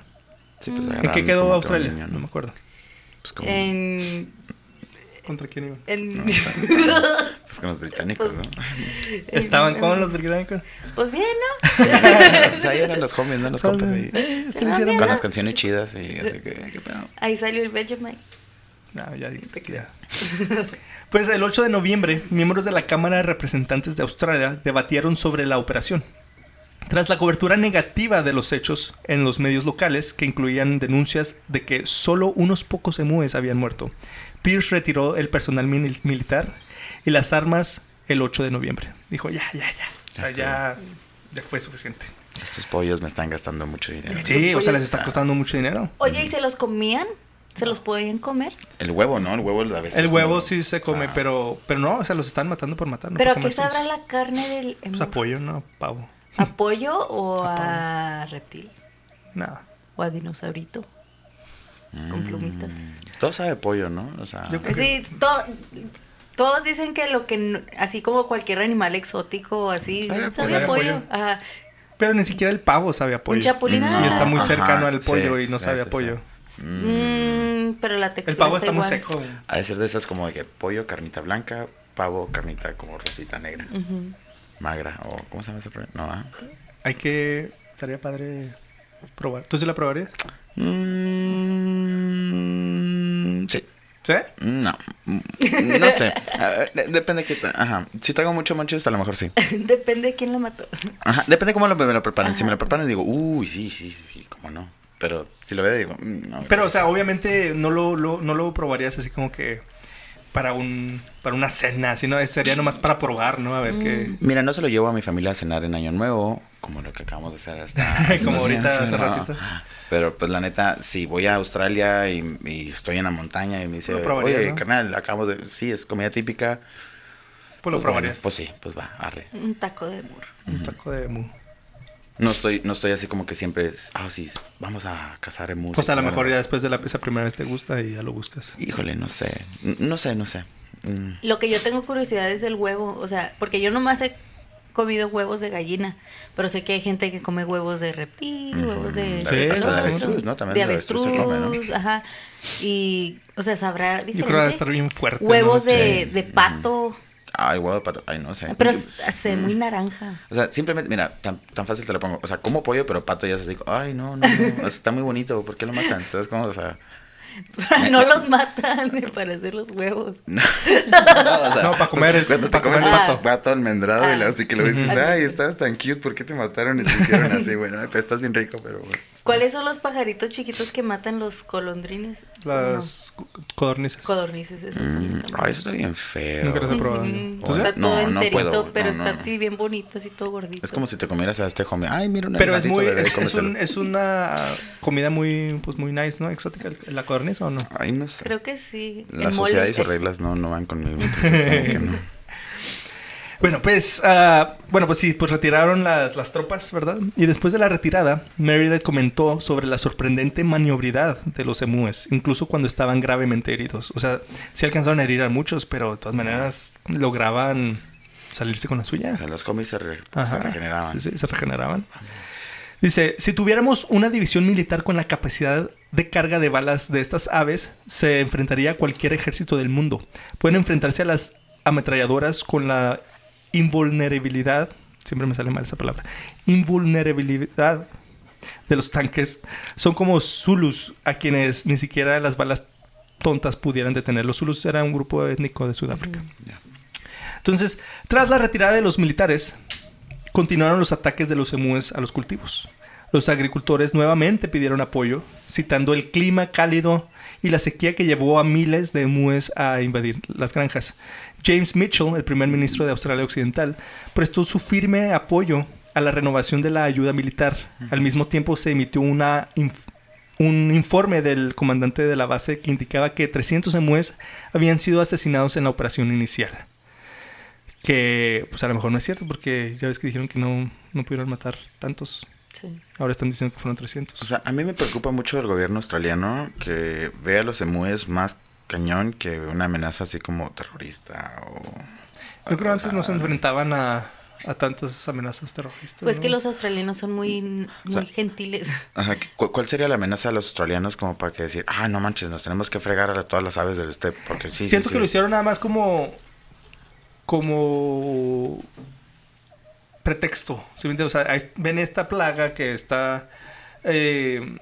A: Sí, pues,
B: ¿En qué
A: agarraron como
B: quedó
A: que
B: Australia?
A: un niño,
B: No
A: ¿no?
B: me acuerdo.
A: Pues como,
C: Mm. En.
B: ¿Contra quién iban?
C: en-
A: pues con los británicos,
C: Pues-
A: ¿no?
B: Estaban con los británicos.
C: pues bien, ¿no?
A: pues ahí eran los homies, ¿no? Los compas ahí.
B: Eh, se
C: Ah,
B: le hicieron...
A: Con las canciones chidas y así que, qué pedo.
C: Ahí salió el Benjamin.
B: No, Ah, ya existía. Pues el 8 de noviembre, miembros de la Cámara de Representantes de Australia debatieron sobre la operación. Tras la cobertura negativa de los hechos en los medios locales, que incluían denuncias de que solo unos pocos emúes habían muerto, Pierce retiró el personal mil- militar y las armas el 8 de noviembre. Dijo, ya, ya, ya. O sea, ya, ya fue suficiente.
A: Estos pollos me están gastando mucho dinero.
B: Sí, o sea, les está costando mucho dinero.
C: Oye, ¿y se los comían? ¿Se los podían comer?
A: El huevo, ¿no? El huevo a veces.
B: El
A: es
B: huevo
A: como-
B: sí se
A: o
B: come,
A: sea,
B: pero, pero no, o sea, los están matando por matar. no
C: ¿Pero a
B: por
C: qué
B: comérselos.
C: sabrá la carne del emu?
B: Pues apoyo, no, pavo.
C: ¿A pollo o a reptil?
B: Nada.
C: ¿O a dinosaurito?
A: Mm.
C: Con plumitas.
A: Todo sabe pollo, ¿no? O sea.
B: Yo creo
C: Pues sí, to- todos dicen que lo que, no- así como cualquier animal exótico, así,
A: Sabe a
C: sabe a
B: pollo.
C: pollo. Ajá.
B: Pero ni siquiera el pavo sabe a pollo.
C: Un chapulín.
A: No.
C: ah,
B: Y está
A: Mm,
B: muy
A: Ajá,
B: cercano al
A: sí,
B: pollo y no
A: sí,
B: sabe a
A: sí,
B: pollo.
C: mm, pero la textura
B: El pavo está, muy
C: igual.
B: seco.
A: Ha de ser de esas como de que pollo, carnita blanca, pavo, carnita como rosita negra. Magra, o ¿cómo se llama ese problema? No, ¿ah?
B: Hay que. Estaría padre probar. ¿Tú sí la probarías?
A: Mm, sí.
B: ¿Sí?
A: No. Mm, No sé. A ver, de- depende que. Ajá. Si traigo mucho manchis, a lo mejor sí.
C: Depende de quién la mató.
A: Ajá. Depende cómo lo, me lo preparan. Si me lo preparan, digo, uy, sí, sí, sí, sí, cómo no. Pero si lo veo, digo, mm, no.
B: Pero, o sea, obviamente no lo, lo- no lo probarías así como que para un para una cena, sino sería nomás para probar, ¿no? A ver
C: Mm.
B: qué.
A: Mira, no se lo llevo a mi familia a cenar en Año Nuevo, como lo que acabamos de hacer hasta. hace
B: Como
A: unos
B: ahorita,
A: días,
B: hace
A: ¿no?
B: ratito.
A: Pero pues la neta, si voy a Australia y, y estoy en la montaña y me dice,
B: Lo probaría,
A: oye,
B: ¿no?
A: carnal, acabo de. Sí, es comida típica.
B: Pues lo
A: Bueno,
B: probarías.
A: pues sí, pues va, arre.
C: Un taco de burro.
B: Un taco de mu.
A: No estoy, no estoy así como que siempre es, ah, sí, vamos a cazar en música.
B: Pues a lo mejor ya después de la esa primera vez te gusta y ya lo buscas.
A: Híjole, no sé. N- No sé, no sé. Mm,
C: Lo que yo tengo curiosidad es el huevo, o sea, porque yo nomás he comido huevos de gallina, pero sé que hay gente que come huevos de reptil, huevos de,
A: Sí,
B: hasta de
C: paloma,
A: avestruz, ¿no? También
C: de
A: de avestruz se come, ¿no?
C: avestruz, ajá. Y, o sea, sabrá
B: Yo creo que va a
C: diferente.
B: estar bien fuerte.
C: huevos
B: ¿no?
C: de,
A: Sí.
C: de pato,
A: Ay, huevo de pato. Ay, no sé.
C: Pero hace muy naranja.
A: O sea, simplemente, mira, tan, tan fácil te lo pongo. O sea, como pollo, pero pato ya es así. como, Ay, no, no, no. O sea, está muy bonito. ¿Por qué lo matan? ¿Sabes cómo? O sea.
C: no los matan para hacer los huevos.
A: No, o sea,
B: No, para comer el-
A: cuando te
B: para comer
A: comes
B: el
A: un
C: pato.
A: pato. almendrado y
C: Ah.
A: luego así que lo dices, ay, estás tan cute, ¿por qué te mataron y te hicieron así? Bueno, ay, pero estás bien rico, pero bueno.
C: ¿Cuáles son los pajaritos chiquitos que matan los colondrines?
B: Las co- codornices.
C: No, codornices, esos
A: Mm,
C: también.
A: Ay, eso está bien feo.
B: Nunca las he probado. yo.
C: Mm,
A: Entonces-
C: está
A: No,
C: todo
A: no
C: enterito,
A: puedo,
C: pero
A: no,
C: está
A: no.
C: así bien bonito, así todo gordito.
A: Es como si te comieras a este homie. Ay, mira un
B: Pero es
A: elefantito
B: muy,
A: bebé,
B: es, es un-
A: cómetelo.
B: es una comida muy, pues muy nice, ¿no? Exótica. ¿La codorniza o no?
A: Ay, no sé.
C: Creo que sí.
A: La
C: el mole. eh,
A: sociedad y sus reglas no, no van conmigo. Entonces, como que no.
B: Bueno, pues, ah, bueno, pues sí, pues retiraron las, las tropas, ¿verdad? Y después de la retirada, Merida comentó sobre la sorprendente maniobridad de los emúes, incluso cuando estaban gravemente heridos. O sea, sí alcanzaron a herir a muchos, pero de todas maneras lograban salirse con la suya.
A: O sea, los homies se, re- se
B: Ajá.
A: regeneraban.
B: Sí, sí, se regeneraban. Dice, si tuviéramos una división militar con la capacidad de carga de balas de estas aves, se enfrentaría a cualquier ejército del mundo. Pueden enfrentarse a las ametralladoras con la invulnerabilidad, siempre me sale mal esa palabra, invulnerabilidad de los tanques. Son como Zulus, a quienes ni siquiera las balas tontas pudieran detener. Los Zulus eran un grupo étnico de Sudáfrica.
A: Mm, Ya.
B: Entonces, tras la retirada de los militares, continuaron los ataques de los emúes a los cultivos. Los agricultores nuevamente pidieron apoyo, citando el clima cálido y la sequía que llevó a miles de emúes a invadir las granjas. James Mitchell, el primer ministro de Australia Occidental, prestó su firme apoyo a la renovación de la ayuda militar. Al mismo tiempo se emitió una inf- un informe del comandante de la base que indicaba que 300 emúes habían sido asesinados en la operación inicial. Que pues a lo mejor no es cierto porque ya ves que dijeron que no, no pudieron matar tantos.
C: Sí.
B: Ahora están diciendo que fueron
A: O
B: 300.
A: sea, Pues, a mí me preocupa mucho el gobierno australiano que ve a los emúes más cañón que una amenaza así como terrorista o...
B: Yo creo que antes no
A: ah,
B: se enfrentaban a, a tantas amenazas terroristas.
C: Pues
B: ¿no?
C: que los australianos son muy, muy gentiles.
A: Ajá, ¿cu- ¿Cuál sería la amenaza a los australianos como para que decir, ah, no manches, nos tenemos que fregar a todas las aves del este porque sí, sí,
B: Siento que
A: sí.
B: lo hicieron nada más como. como. pretexto. ¿sí me entiendes? O sea, ahí ven esta plaga que está. eh,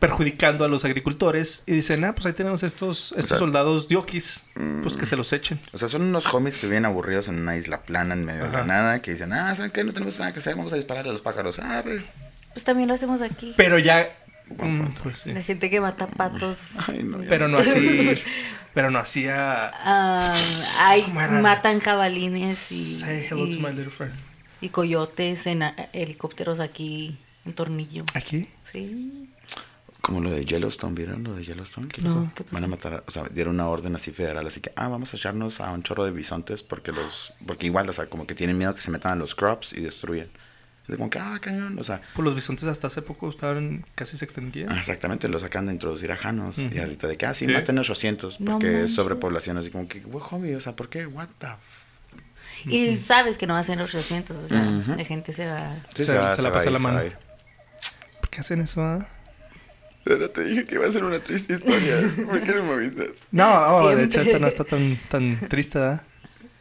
B: perjudicando a los agricultores y dicen, ah, pues ahí tenemos estos, estos
A: sea, mm.
B: soldados dioquis, pues que se los echen.
A: O sea, son unos homies que viven aburridos en una isla plana en medio de la
B: Ajá.
A: nada que dicen, ah, ¿saben qué? No tenemos nada que hacer, vamos a disparar a los pájaros. Ah, pero-
C: Pues también lo hacemos aquí.
B: Pero ya...
A: Buen
B: mm,
A: punto.
B: pues sí.
C: La gente que mata patos.
A: Ay, no, ya
B: Pero no así... pero no así a...
C: Ah, ay,
B: ¿Cómo eran?
C: matan jabalines y,
B: Say hello
C: y-
B: to my little friend.
C: y coyotes en a- helicópteros aquí en tornillo.
B: ¿Aquí?
C: Sí.
A: Como lo de Yellowstone, ¿vieron lo de Yellowstone? ¿Qué
C: No,
A: pasó?
C: ¿qué pasó?
A: Van a matar, a- o sea, dieron una orden así federal, así que, ah, vamos a echarnos a un chorro de bisontes porque los, porque igual, o sea, como que tienen miedo que se metan a los crops y destruyen. Es como que, ah, cañón, o sea,
B: Pues los bisontes hasta hace poco estaban... casi se extendían.
A: ah, exactamente, los acaban de introducir a Janos y ahorita de que, ah, sí,
B: Sí.
A: maten 800
C: No
A: porque
C: manches.
A: es sobrepoblación, así como que, güey, homie, o sea, ¿por qué? What the... f-?
C: Y sabes que no va a ser 800, o sea, la gente se va.
A: Sí,
B: Se- se la
A: va
B: pasa
A: a ir,
B: la
A: se va
B: mano.
A: a ir.
B: ¿Por qué hacen eso? ah?
A: Pero te dije que iba a ser una triste historia, ¿por qué no me avisas?
B: No, oh, de hecho
C: Siempre.
B: esta no está tan, tan triste, ah. ¿verdad?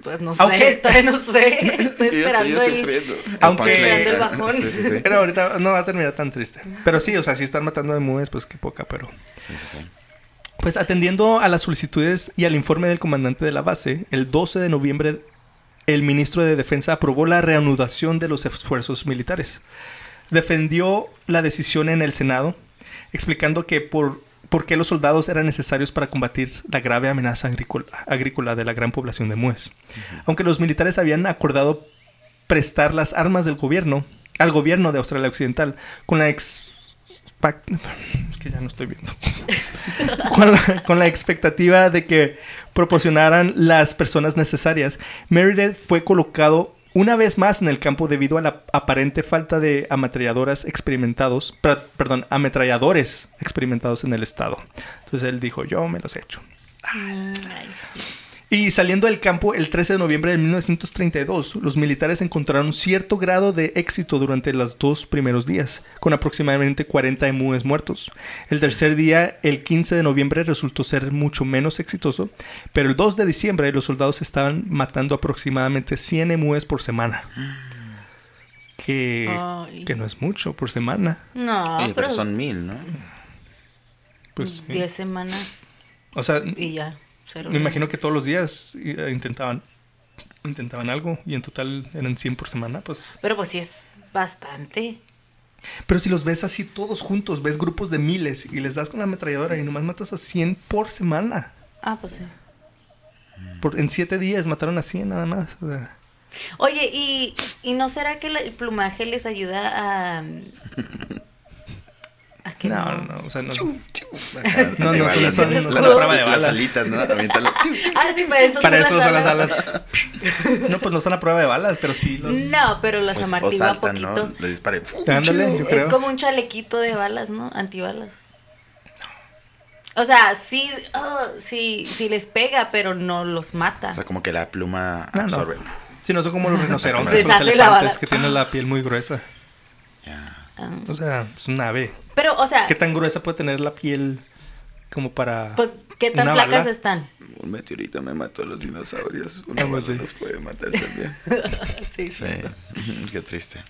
C: Pues no
B: Aunque-
C: sé, todavía no sé. Estoy
A: Y yo estoy
C: esperando el.
A: sufriendo.
B: Aunque-
C: Esperando el bajón.
A: Sí, sí, sí.
B: Pero ahorita no va a terminar tan triste. Pero sí, o sea, si están matando de mues, pues qué poca, pero...
A: Sí, sí, sí.
B: Pues atendiendo a las solicitudes y al informe del comandante de la base, el 12 de noviembre el ministro de Defensa aprobó la reanudación de los esfuerzos militares. Defendió la decisión en el Senado, explicando que por, por qué los soldados eran necesarios para combatir la grave amenaza agrícola, agrícola de la gran población de Mues. Aunque los militares habían acordado prestar las armas del gobierno al gobierno de Australia Occidental con la ex... pac- Es que ya no estoy viendo con la, con la expectativa de que proporcionaran las personas necesarias, Meredith fue colocado una vez más en el campo debido a la aparente falta de ametralladoras experimentados, per- perdón, ametralladores experimentados en el estado. Entonces él dijo, yo me los he hecho.
C: Mm, Ay, sí.
B: Y saliendo del campo el 13 de noviembre de 1932, los militares encontraron cierto grado de éxito durante los dos primeros días, con aproximadamente 40 emúes muertos. El tercer día, el 15 de noviembre, resultó ser mucho menos exitoso, pero el 2 de diciembre los soldados estaban matando aproximadamente 100 emúes por semana. Que,
C: Ay.
B: que no es mucho por semana.
C: No,
A: Oye,
C: Ah, pero,
A: pero son mil, ¿no?
B: Pues, sí.
C: 10 semanas
B: O sea,
C: y ya. Cero
B: me imagino que todos los días eh, intentaban intentaban algo y en total eran 100 por semana, pues
C: Pero pues sí es bastante.
B: Pero si los ves así todos juntos, ves grupos de miles y les das con la ametralladora y nomás matas a 100 por semana.
C: Ah, pues sí. Mm.
B: Por- en 7 días mataron a 100 nada más. o sea.
C: Oye, ¿y, y no será que la- el plumaje les ayuda a... a que
B: no,
C: no?
B: no, o sea, no.
A: No,
B: no, son esas-
C: no son
A: las,
B: pruebas
C: las
B: de Pues,
A: las
B: balas.
A: alitas, ¿no? Aviéntala.
C: Ah, sí, para eso,
B: Para eso
C: son,
B: son las
C: las alas.
B: alas. No, pues no son a prueba de balas, pero sí los...
C: No, pero las
A: Pues, o
C: amartigua
A: saltan, ¿no?
C: poquito.
A: Le disparé.
B: Ándale, yo creo.
C: Es como un chalequito de balas, ¿no? Antibalas. O sea, sí, ah, sí, sí les pega, pero no los mata.
A: O sea, como que la pluma
B: No, no.
A: absorbe.
B: Sí, no son como los rinocerontes o los
C: Deshace la
B: elefantes
C: bala.
B: que tienen la piel muy gruesa.
A: Ya.
C: Ah.
B: O sea, es una ave.
C: Pero, o sea,
B: ¿Qué tan gruesa puede tener la piel como para...
C: pues, ¿qué tan
B: una
C: flacas
B: bala?
C: están?
A: Un meteorito me mató a los dinosaurios. Una bala
B: Pues, sí.
A: los puede matar también.
C: Sí, sí.
A: Sí. Qué triste.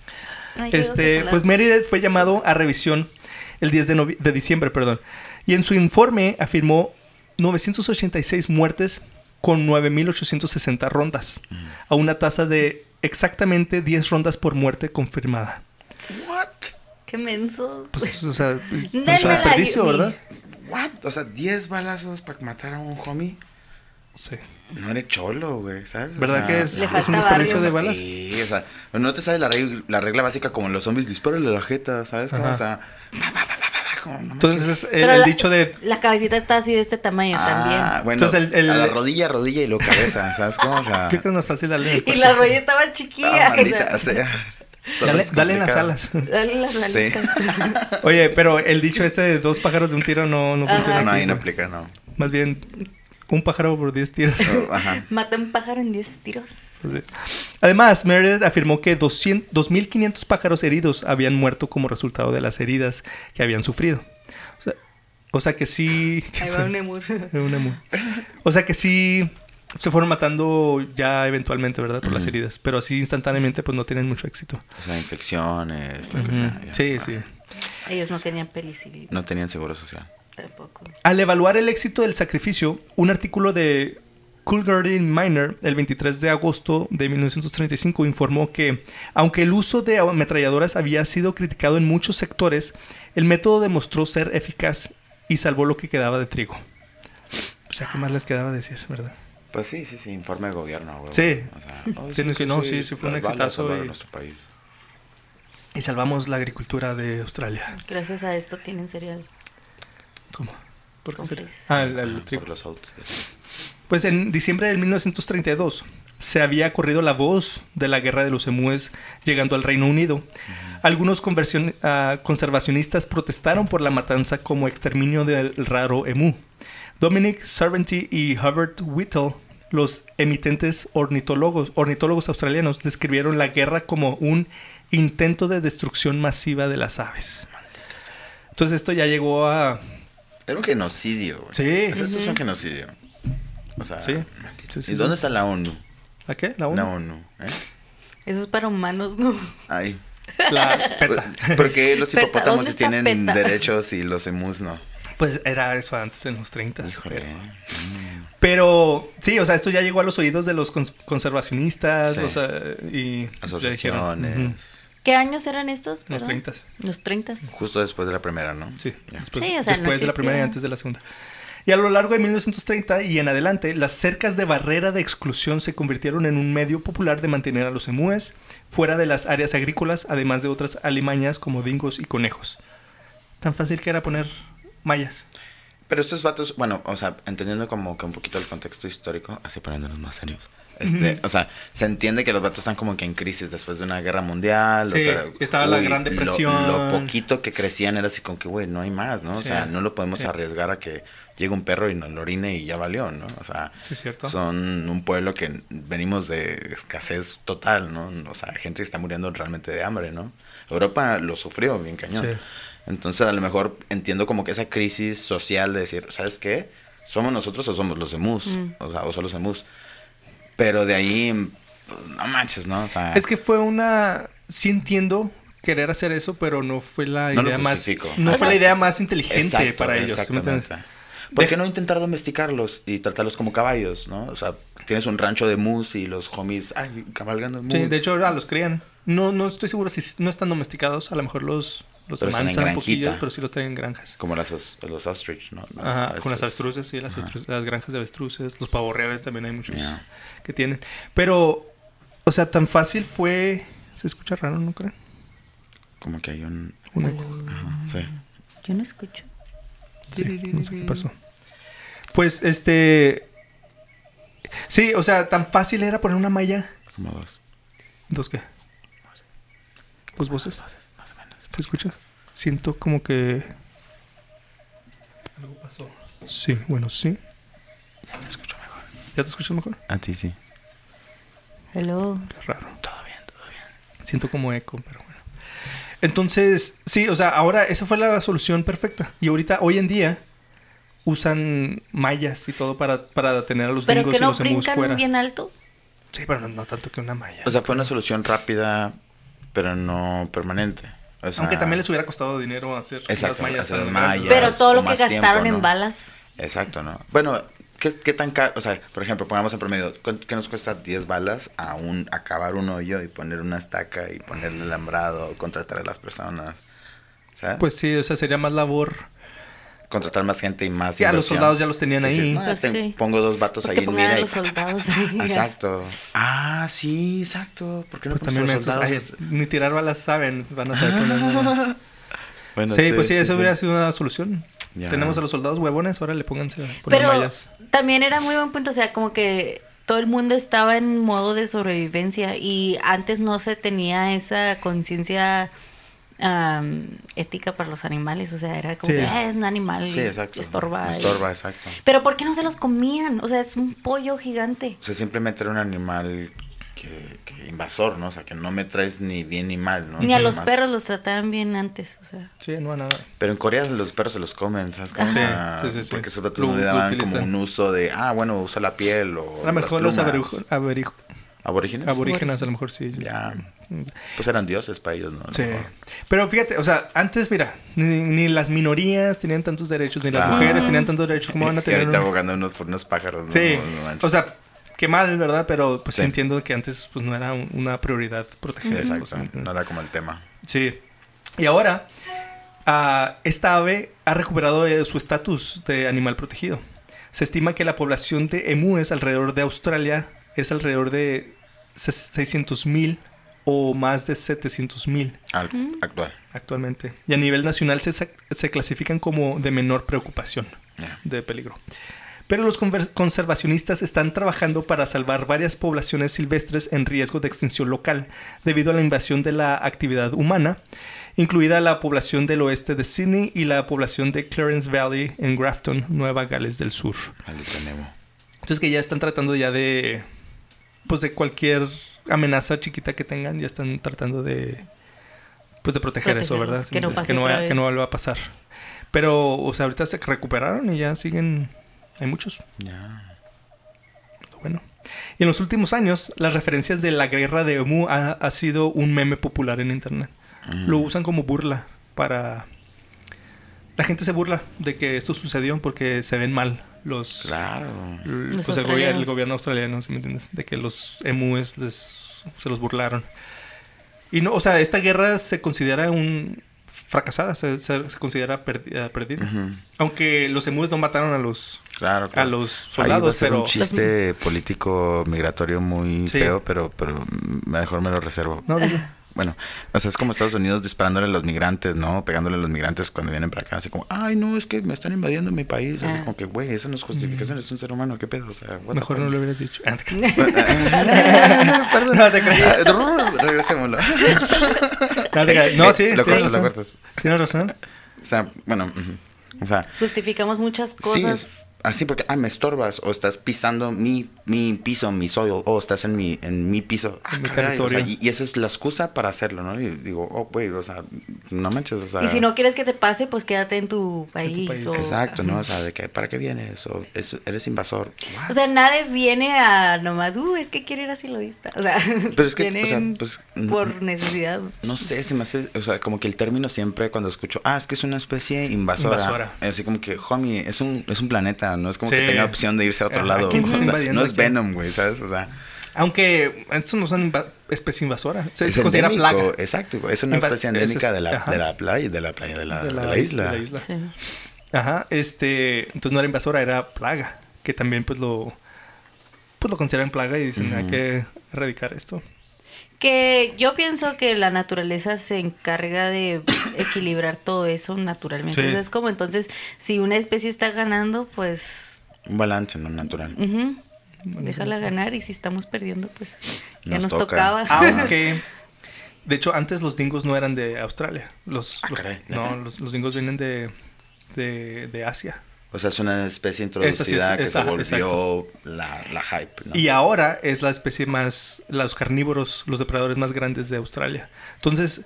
C: Ay, yo digo que
B: Este,
C: son
B: pues
C: las-
B: Meredith fue llamado a revisión el 10 de, novie- de diciembre, perdón. Y en su informe afirmó 986 muertes con 9.860 rondas, a una tasa de exactamente 10 rondas por muerte confirmada.
A: What?
C: Qué mensos.
B: Pues, o sea, pues, no
C: Denme
B: es un
C: la
B: desperdicio,
C: Yumi.
B: ¿verdad?
A: What? O sea, 10 balazos para matar a un homie.
B: Sí.
A: No eres cholo, güey, ¿sabes? O sea,
B: ¿Verdad que es,
C: Le
B: es
C: falta
B: un desperdicio de
C: barrio.
B: balas?
A: Sí, o sea, no te sale la regla, la regla básica como los zombies, dispárale a la jeta, ¿sabes? Como,
B: Ajá.
A: o sea, pa, pa, pa, pa, pa, pa, como, no manches.
B: Entonces, el,
C: Pero
B: el
C: la-
B: dicho de...
C: La cabecita está así de este tamaño
A: Ah, bueno,
B: Entonces, el- el-
A: a la rodilla, rodilla y luego cabeza, ¿sabes? Cómo? o sea,
B: Creo que no es fácil darle... en el
C: también. Y
B: cuerpo.
C: la rodilla estaba chiquilla.
A: ah,
C: o
A: maldita
C: sea,
A: sea. Todo
B: Dale,
A: es
B: dale en las
A: complicado.
B: alas.
C: dale las
A: Sí.
C: alitas.
B: Oye, pero el dicho este de dos pájaros de un tiro no, no
C: Ajá.
B: funciona.
A: No, Ah, no,
B: aquí, pues.
A: ahí no
B: güey.
A: aplica, no.
B: Más bien, un pájaro por 10 tiros.
A: Oh, Ajá.
C: Mata un pájaro en 10 tiros.
B: Además, Meredith afirmó que 200 2.500 pájaros heridos habían muerto como resultado de las heridas que habían sufrido. O sea, o sea que sí...
C: Ahí va un emur.
B: Un emú. O sea que sí se fueron matando ya eventualmente, ¿verdad? Por las heridas. Pero así instantáneamente pues no tienen mucho éxito.
A: O sea, infecciones, lo que sea. ya.
B: Sí,
A: Ah,
B: sí.
C: Ellos no tenían penicilina
A: No tenían seguro social.
C: tampoco.
B: Al evaluar el éxito del sacrificio, un artículo de Coolgarden Miner el 23 de agosto de 1935 informó que, aunque el uso de ametralladoras había sido criticado en muchos sectores, el método demostró ser eficaz y salvó lo que quedaba de trigo. O sea, ¿qué más les quedaba decir, verdad?
A: Pues sí, sí, sí, informe de gobierno, güey.
B: Sí.
A: O sea, oh,
B: Tienes que- no, sí, sí fue un
A: las balas
B: exitazo
A: salvaron
B: y-
A: nuestro país.
B: Y salvamos la agricultura de Australia.
C: Gracias a esto tienen cereal.
B: ¿Cómo? ¿Por
C: Con
B: qué?
C: frizz.
B: Ah, el, el
A: Ajá,
B: trigo.
A: Por los outs.
B: Pues en diciembre de 1932 se había corrido la voz de la guerra de los emúes llegando al Reino Unido. Algunos conversión- ah, conservacionistas protestaron por la matanza como exterminio del raro emú. Dominic Sarventy y Hubert Whittle, los emitentes ornitólogos, ornitólogos australianos, describieron la guerra como un intento de destrucción masiva de las aves. Entonces esto ya llegó a...
A: Era un genocidio, güey.
B: Sí.
A: O sea, esto es un genocidio. O sea,
B: Sí. Sí,
A: Ah, ¿y
B: sí,
A: dónde
B: sí.
A: está la ONU?
B: ¿A qué? ¿La ONU?
A: La ONU, ¿eh?
C: Eso es para humanos, ¿no?
A: Ahí.
B: La PETA.
A: Pues, Porque los
C: Peta,
A: hipopótamos
C: ¿dónde
A: sí
C: está
A: tienen
C: Peta?
A: derechos y los emus no.
B: Pues era eso antes, en los 30.
A: Híjole.
B: Pero, pero sí, o sea, esto ya llegó a los oídos de los cons- conservacionistas
A: Sí.
B: o sea, y... ya dijeron,
A: Asociaciones.
C: ¿Qué años eran estos?
B: "Ujú, Los
C: perdón?
B: 30.
C: Los 30.
A: Justo después de la primera, ¿no?
B: Sí,
A: Ya.
B: después,
C: Sí, o sea, no
B: después de la primera y
C: existía.
B: antes de la segunda. Y a lo largo de 1930 y en adelante, las cercas de barrera de exclusión se convirtieron en un medio popular de mantener a los emúes fuera de las áreas agrícolas, además de otras alimañas como dingos y conejos. Tan fácil que era poner mallas.
A: Pero estos vatos, bueno, o sea, entendiendo como que un poquito el contexto histórico, así poniéndonos más serios. Este, o sea, se entiende que los vatos están como que en crisis después de una guerra mundial. o
B: Sí,
A: sea,
B: estaba la Gran
A: lo-
B: Depresión.
A: Lo, poquito que crecían era así como que, güey, no hay más, ¿no? O
B: Sí,
A: sea, no lo podemos
B: sí.
A: arriesgar a que llega un perro y nos lo orina y ya valió, ¿no? O sea,
B: Sí, cierto.
A: son un pueblo que venimos de escasez total, ¿no? O sea, gente que está muriendo realmente de hambre, ¿no? Europa lo sufrió bien cañón.
B: Sí.
A: Entonces, a lo mejor entiendo como que esa crisis social de decir, ¿sabes qué? ¿Somos nosotros o somos los emus? O sea, o son los emus. Pero de ahí, pues, no manches, ¿no? O sea,
B: Es que fue una. Sí entiendo querer hacer eso, pero no fue la
A: No lo
B: idea más.
A: justifico.
B: No fue
A: Exacto.
B: la idea más inteligente
A: Exacto,
B: para ellos. ¿sí me entiendes?
A: exactamente. ¿Por qué no intentar domesticarlos y tratarlos como caballos, no? O sea, tienes un rancho de mus y los homies, ay, cabalgando mus.
B: Sí, de hecho ahora los crían. No, no estoy seguro si s- no están domesticados. A lo mejor los, los
A: Pero están en
B: amansan un poquillo,
A: granjita.
B: pero sí los traen en granjas.
A: Como las, os- los ostrich, ¿no? Las
B: Ajá, con
A: avestruces.
B: las avestruces, sí, las, avestruces- las granjas de avestruces, los pavorreales también hay muchos
A: Ya.
B: que tienen. Pero, o sea, tan fácil fue. Se escucha raro, ¿no creen?
A: Como que hay un...
B: Un eco.
C: Mm.
A: ajá, sí.
C: Yo no escucho.
B: Sí, no sé qué pasó. Pues este. Sí, o sea, tan fácil era poner una malla.
A: Como dos.
B: ¿Dos qué? ¿Dos voces? ¿Se escucha? Siento como que. Algo pasó. Sí, bueno, sí.
A: Ya te escucho mejor.
B: ¿Ya te escuchas mejor?
C: Ah,
A: A ti sí.
C: Hello.
B: Qué raro. Todo bien, todo bien. Siento como eco, pero bueno. Entonces, sí, o sea, ahora esa fue la solución perfecta. Y ahorita, hoy en día, usan mallas y todo para, para tener a los
C: Pero
B: gringos
C: que
B: y
C: no
B: los emus
C: brincan
B: fuera.
C: bien alto.
B: Sí, pero no, no tanto que una malla.
A: O sea, fue una solución rápida, pero no permanente. O sea,
B: Aunque también les hubiera costado dinero hacer
A: Exacto, hacer
B: tan
A: las
B: grandes.
A: mallas.
C: Pero todo
A: o
C: lo que
A: más
C: gastaron
A: tiempo, ¿no?
C: en balas.
A: Exacto, ¿no? Bueno, ¿qué, qué tan caro? O sea, por ejemplo, pongamos en promedio, ¿cu- ¿qué nos cuesta 10 balas a un, a cavar un hoyo y poner una estaca y ponerle alambrado, contratar a las personas? ¿Sabes?
B: Pues sí, o sea, sería más labor.
A: contratar más gente y más.
B: Sí, a los
A: inversión.
B: soldados ya los tenían
A: Decir,
B: ahí.
A: "No,
C: Pues
A: te-
C: sí.
A: Pongo dos vatos
C: Pues
A: ahí
C: que
A: en
C: pongan
A: mira
C: a
A: y-
C: los soldados ahí.
A: Exacto. Ah, sí, exacto. ¿Por qué no
B: Pues
A: ponemos
B: también
A: a los
B: mensos. Ay,
A: soldados?
B: ni tirar balas saben, van a saber poner una-
A: Bueno,
B: sí, pues sí, eso hubiera sido una solución.
A: Ya.
B: Tenemos a los soldados huevones, ahora le pónganse a poner
C: Pero
B: mallas.
C: también era muy buen punto, o sea, como que todo el mundo estaba en modo de sobrevivencia y antes no se tenía esa conciencia am, ética para los animales, o sea, era como
B: Sí.
C: que "Ah, es un animal,
A: Sí, exacto.
C: estorba.
A: Estorba, exacto.
C: Pero ¿por qué no se los comían? O sea, es un pollo gigante.
A: O sea, simplemente era un animal que, que invasor, ¿no? O sea, que no me traes ni bien ni mal, ¿no?
C: Ni
A: Nada
C: a los
A: más.
C: perros los trataban bien antes, o sea.
B: Sí, no a nada.
A: Pero en Corea los perros se los comen, ¿sabes? cómo? O
B: Sí,
A: sea,
B: sí, sí, sí.
A: Porque esos datos
B: Lo-
A: no le
B: lo
A: daban como
B: utilizan.
A: un uso de, ah, bueno, usa la piel o.
B: A lo mejor los
A: averígenos.
B: aborijo- aberijo-
A: ¿Aborígenes?
B: aborígenes, a lo mejor sí.
A: Ya. Pues eran dioses para ellos, ¿no? A lo
B: Sí.
A: mejor.
B: Pero fíjate, o sea, antes, mira, ni, ni las minorías tenían tantos derechos, ni las
A: Claro.
B: mujeres tenían tantos derechos. como van a
A: Ah. Y
B: tener?
A: ahorita
B: un-
A: abogando unos por unos pájaros, ¿no?
B: Sí,
A: No manches.
B: o sea, qué mal, ¿verdad? Pero pues
A: Sí.
B: entiendo que antes pues no era un- una prioridad
A: Sí,
B: proteger estos,
A: exacto.
B: Pues, ¿no?
A: No era como el tema.
B: Sí. Y ahora, ah, esta ave ha recuperado eh, su estatus de animal protegido. Se estima que la población de emúes alrededor de Australia es alrededor de 600 mil o más de 700 mil
A: Al- Actual.
B: actualmente. Y a nivel nacional se, sa- se clasifican como de menor preocupación
A: Ya.
B: de peligro. Pero los conver- conservacionistas están trabajando para salvar varias poblaciones silvestres en riesgo de extinción local debido a la invasión de la actividad humana, incluida la población del oeste de Sydney y la población de Clarence Valley en Grafton, Nueva Gales del Sur.
A: Maldito Nemo.
B: Entonces que ya están tratando ya de, pues de cualquier amenaza chiquita que tengan, ya están tratando de, pues de proteger eso,
C: Protegerlos,
B: ¿verdad?
C: que no pase
B: que, no
C: otra
B: vaya- que
C: vez.
B: no vuelva a pasar. Pero, o sea, ahorita se recuperaron y ya siguen, hay muchos.
A: Ya.
B: Bueno. Y en los últimos años, las referencias de la guerra de Emu ha, ha sido un meme popular en internet. Lo usan como burla para... La gente se burla de que esto sucedió porque se ven mal los...
A: Claro.
B: l-
C: Los
B: pues, el, gobier- el gobierno,
C: australianos.
B: australiano, ¿sí me entiendes? De que los emúes les, se los burlaron. Y no, o sea, esta guerra se considera un... fracasada, se, se- se considera perdi- eh, perdida.
A: Ujú.
B: Aunque los emúes no mataron a los...
A: Claro,
B: A
A: claro.
B: los
A: Ahí va a
B: soldados,
A: ser
B: pero...
A: un chiste político migratorio muy
B: Sí.
A: feo, pero, pero mejor me lo reservo.
B: No, digo-
A: Bueno, o sea, es como Estados Unidos disparándole a los migrantes, ¿no? Pegándole a los migrantes cuando vienen para acá. Así como, ay, no, es que me están invadiendo mi país. Así
C: Ah.
A: como que, güey, esa no es justificación, es un ser humano, ¿qué pedo? O sea, what the
B: Mejor no
A: fuck.
B: lo hubieras dicho. Ah, te creas.
A: Perdón,
B: No te creas.
A: Ah, Regresémoslo.
B: No, te creas. No, sí.
A: Lo
B: tienes
A: cortas, lo
B: razón.
A: cortas.
B: Tienes razón.
A: O sea, bueno, ujú. O sea,
C: Justificamos muchas
A: sí,
C: cosas.
A: es así porque, ah, me estorbas o estás pisando mi, mi piso, mi soil, o estás en mi, en mi piso. Ah,
B: En mi
A: caray, o sea,
B: territorio.
A: y, y esa es la excusa para hacerlo, ¿no? Y digo, oh, güey, o sea, no manches, o sea.
C: Y si no quieres que te pase, pues quédate en tu país.
B: país.
C: o-
A: Exacto, ¿no? O sea, de que, ¿para qué vienes? O es- eres invasor.
C: O sea, nadie viene a nomás, uh, es que quiere ir asilovista. O sea,
A: Pero es que, o sea,
C: vienen
A: pues,
C: por necesidad.
A: No sé, se me hace, o sea, como que el término siempre cuando escucho, ah, es que es una especie invasora.
B: Invasora.
A: Así como que, homie, es un, es un planeta, no es como que
B: Sí.
A: tenga opción de irse a otro
B: Ajá,
A: lado.
B: ¿quién
A: o
B: está
A: sea,
B: invadiendo
A: no es
B: aquí?
A: Venom, güey, ¿sabes? O sea,
B: Aunque estos no son inva- especie invasora. Se
A: es
B: se considera
A: endémico,
B: plaga.
A: Exacto, güey, es una
B: En fact,
A: especie
B: es-
A: endémica de la,
B: ajá.
A: de la playa, de la playa, de la,
B: De la-
A: eh, de la isla.
B: de la isla.
C: Sí.
B: Ajá, este, entonces no era invasora, era plaga, que también pues lo pues lo consideran plaga y dicen, hay que erradicar esto.
C: Que yo pienso que la naturaleza se encarga de equilibrar todo eso naturalmente.
B: Sí.
C: O sea, es como entonces, si una especie está ganando, pues
A: Un balance, no natural.
B: Mm.
C: ujú, déjala ganar y si estamos perdiendo, pues ya
A: Nos
C: nos,
A: toca.
C: tocaba.
B: Aunque de hecho antes los dingos no eran de Australia, los,
A: Ah,
B: los-
A: caray, ¿neta?
B: no, los, los dingos vienen de de, de Asia.
A: O sea, es una especie
B: Esa sí es-
A: introducida que
B: esa,
A: se volvió
B: exacto.
A: la, la hype, ¿no?
B: Y ahora es la especie más, los carnívoros, los depredadores más grandes de Australia. Entonces,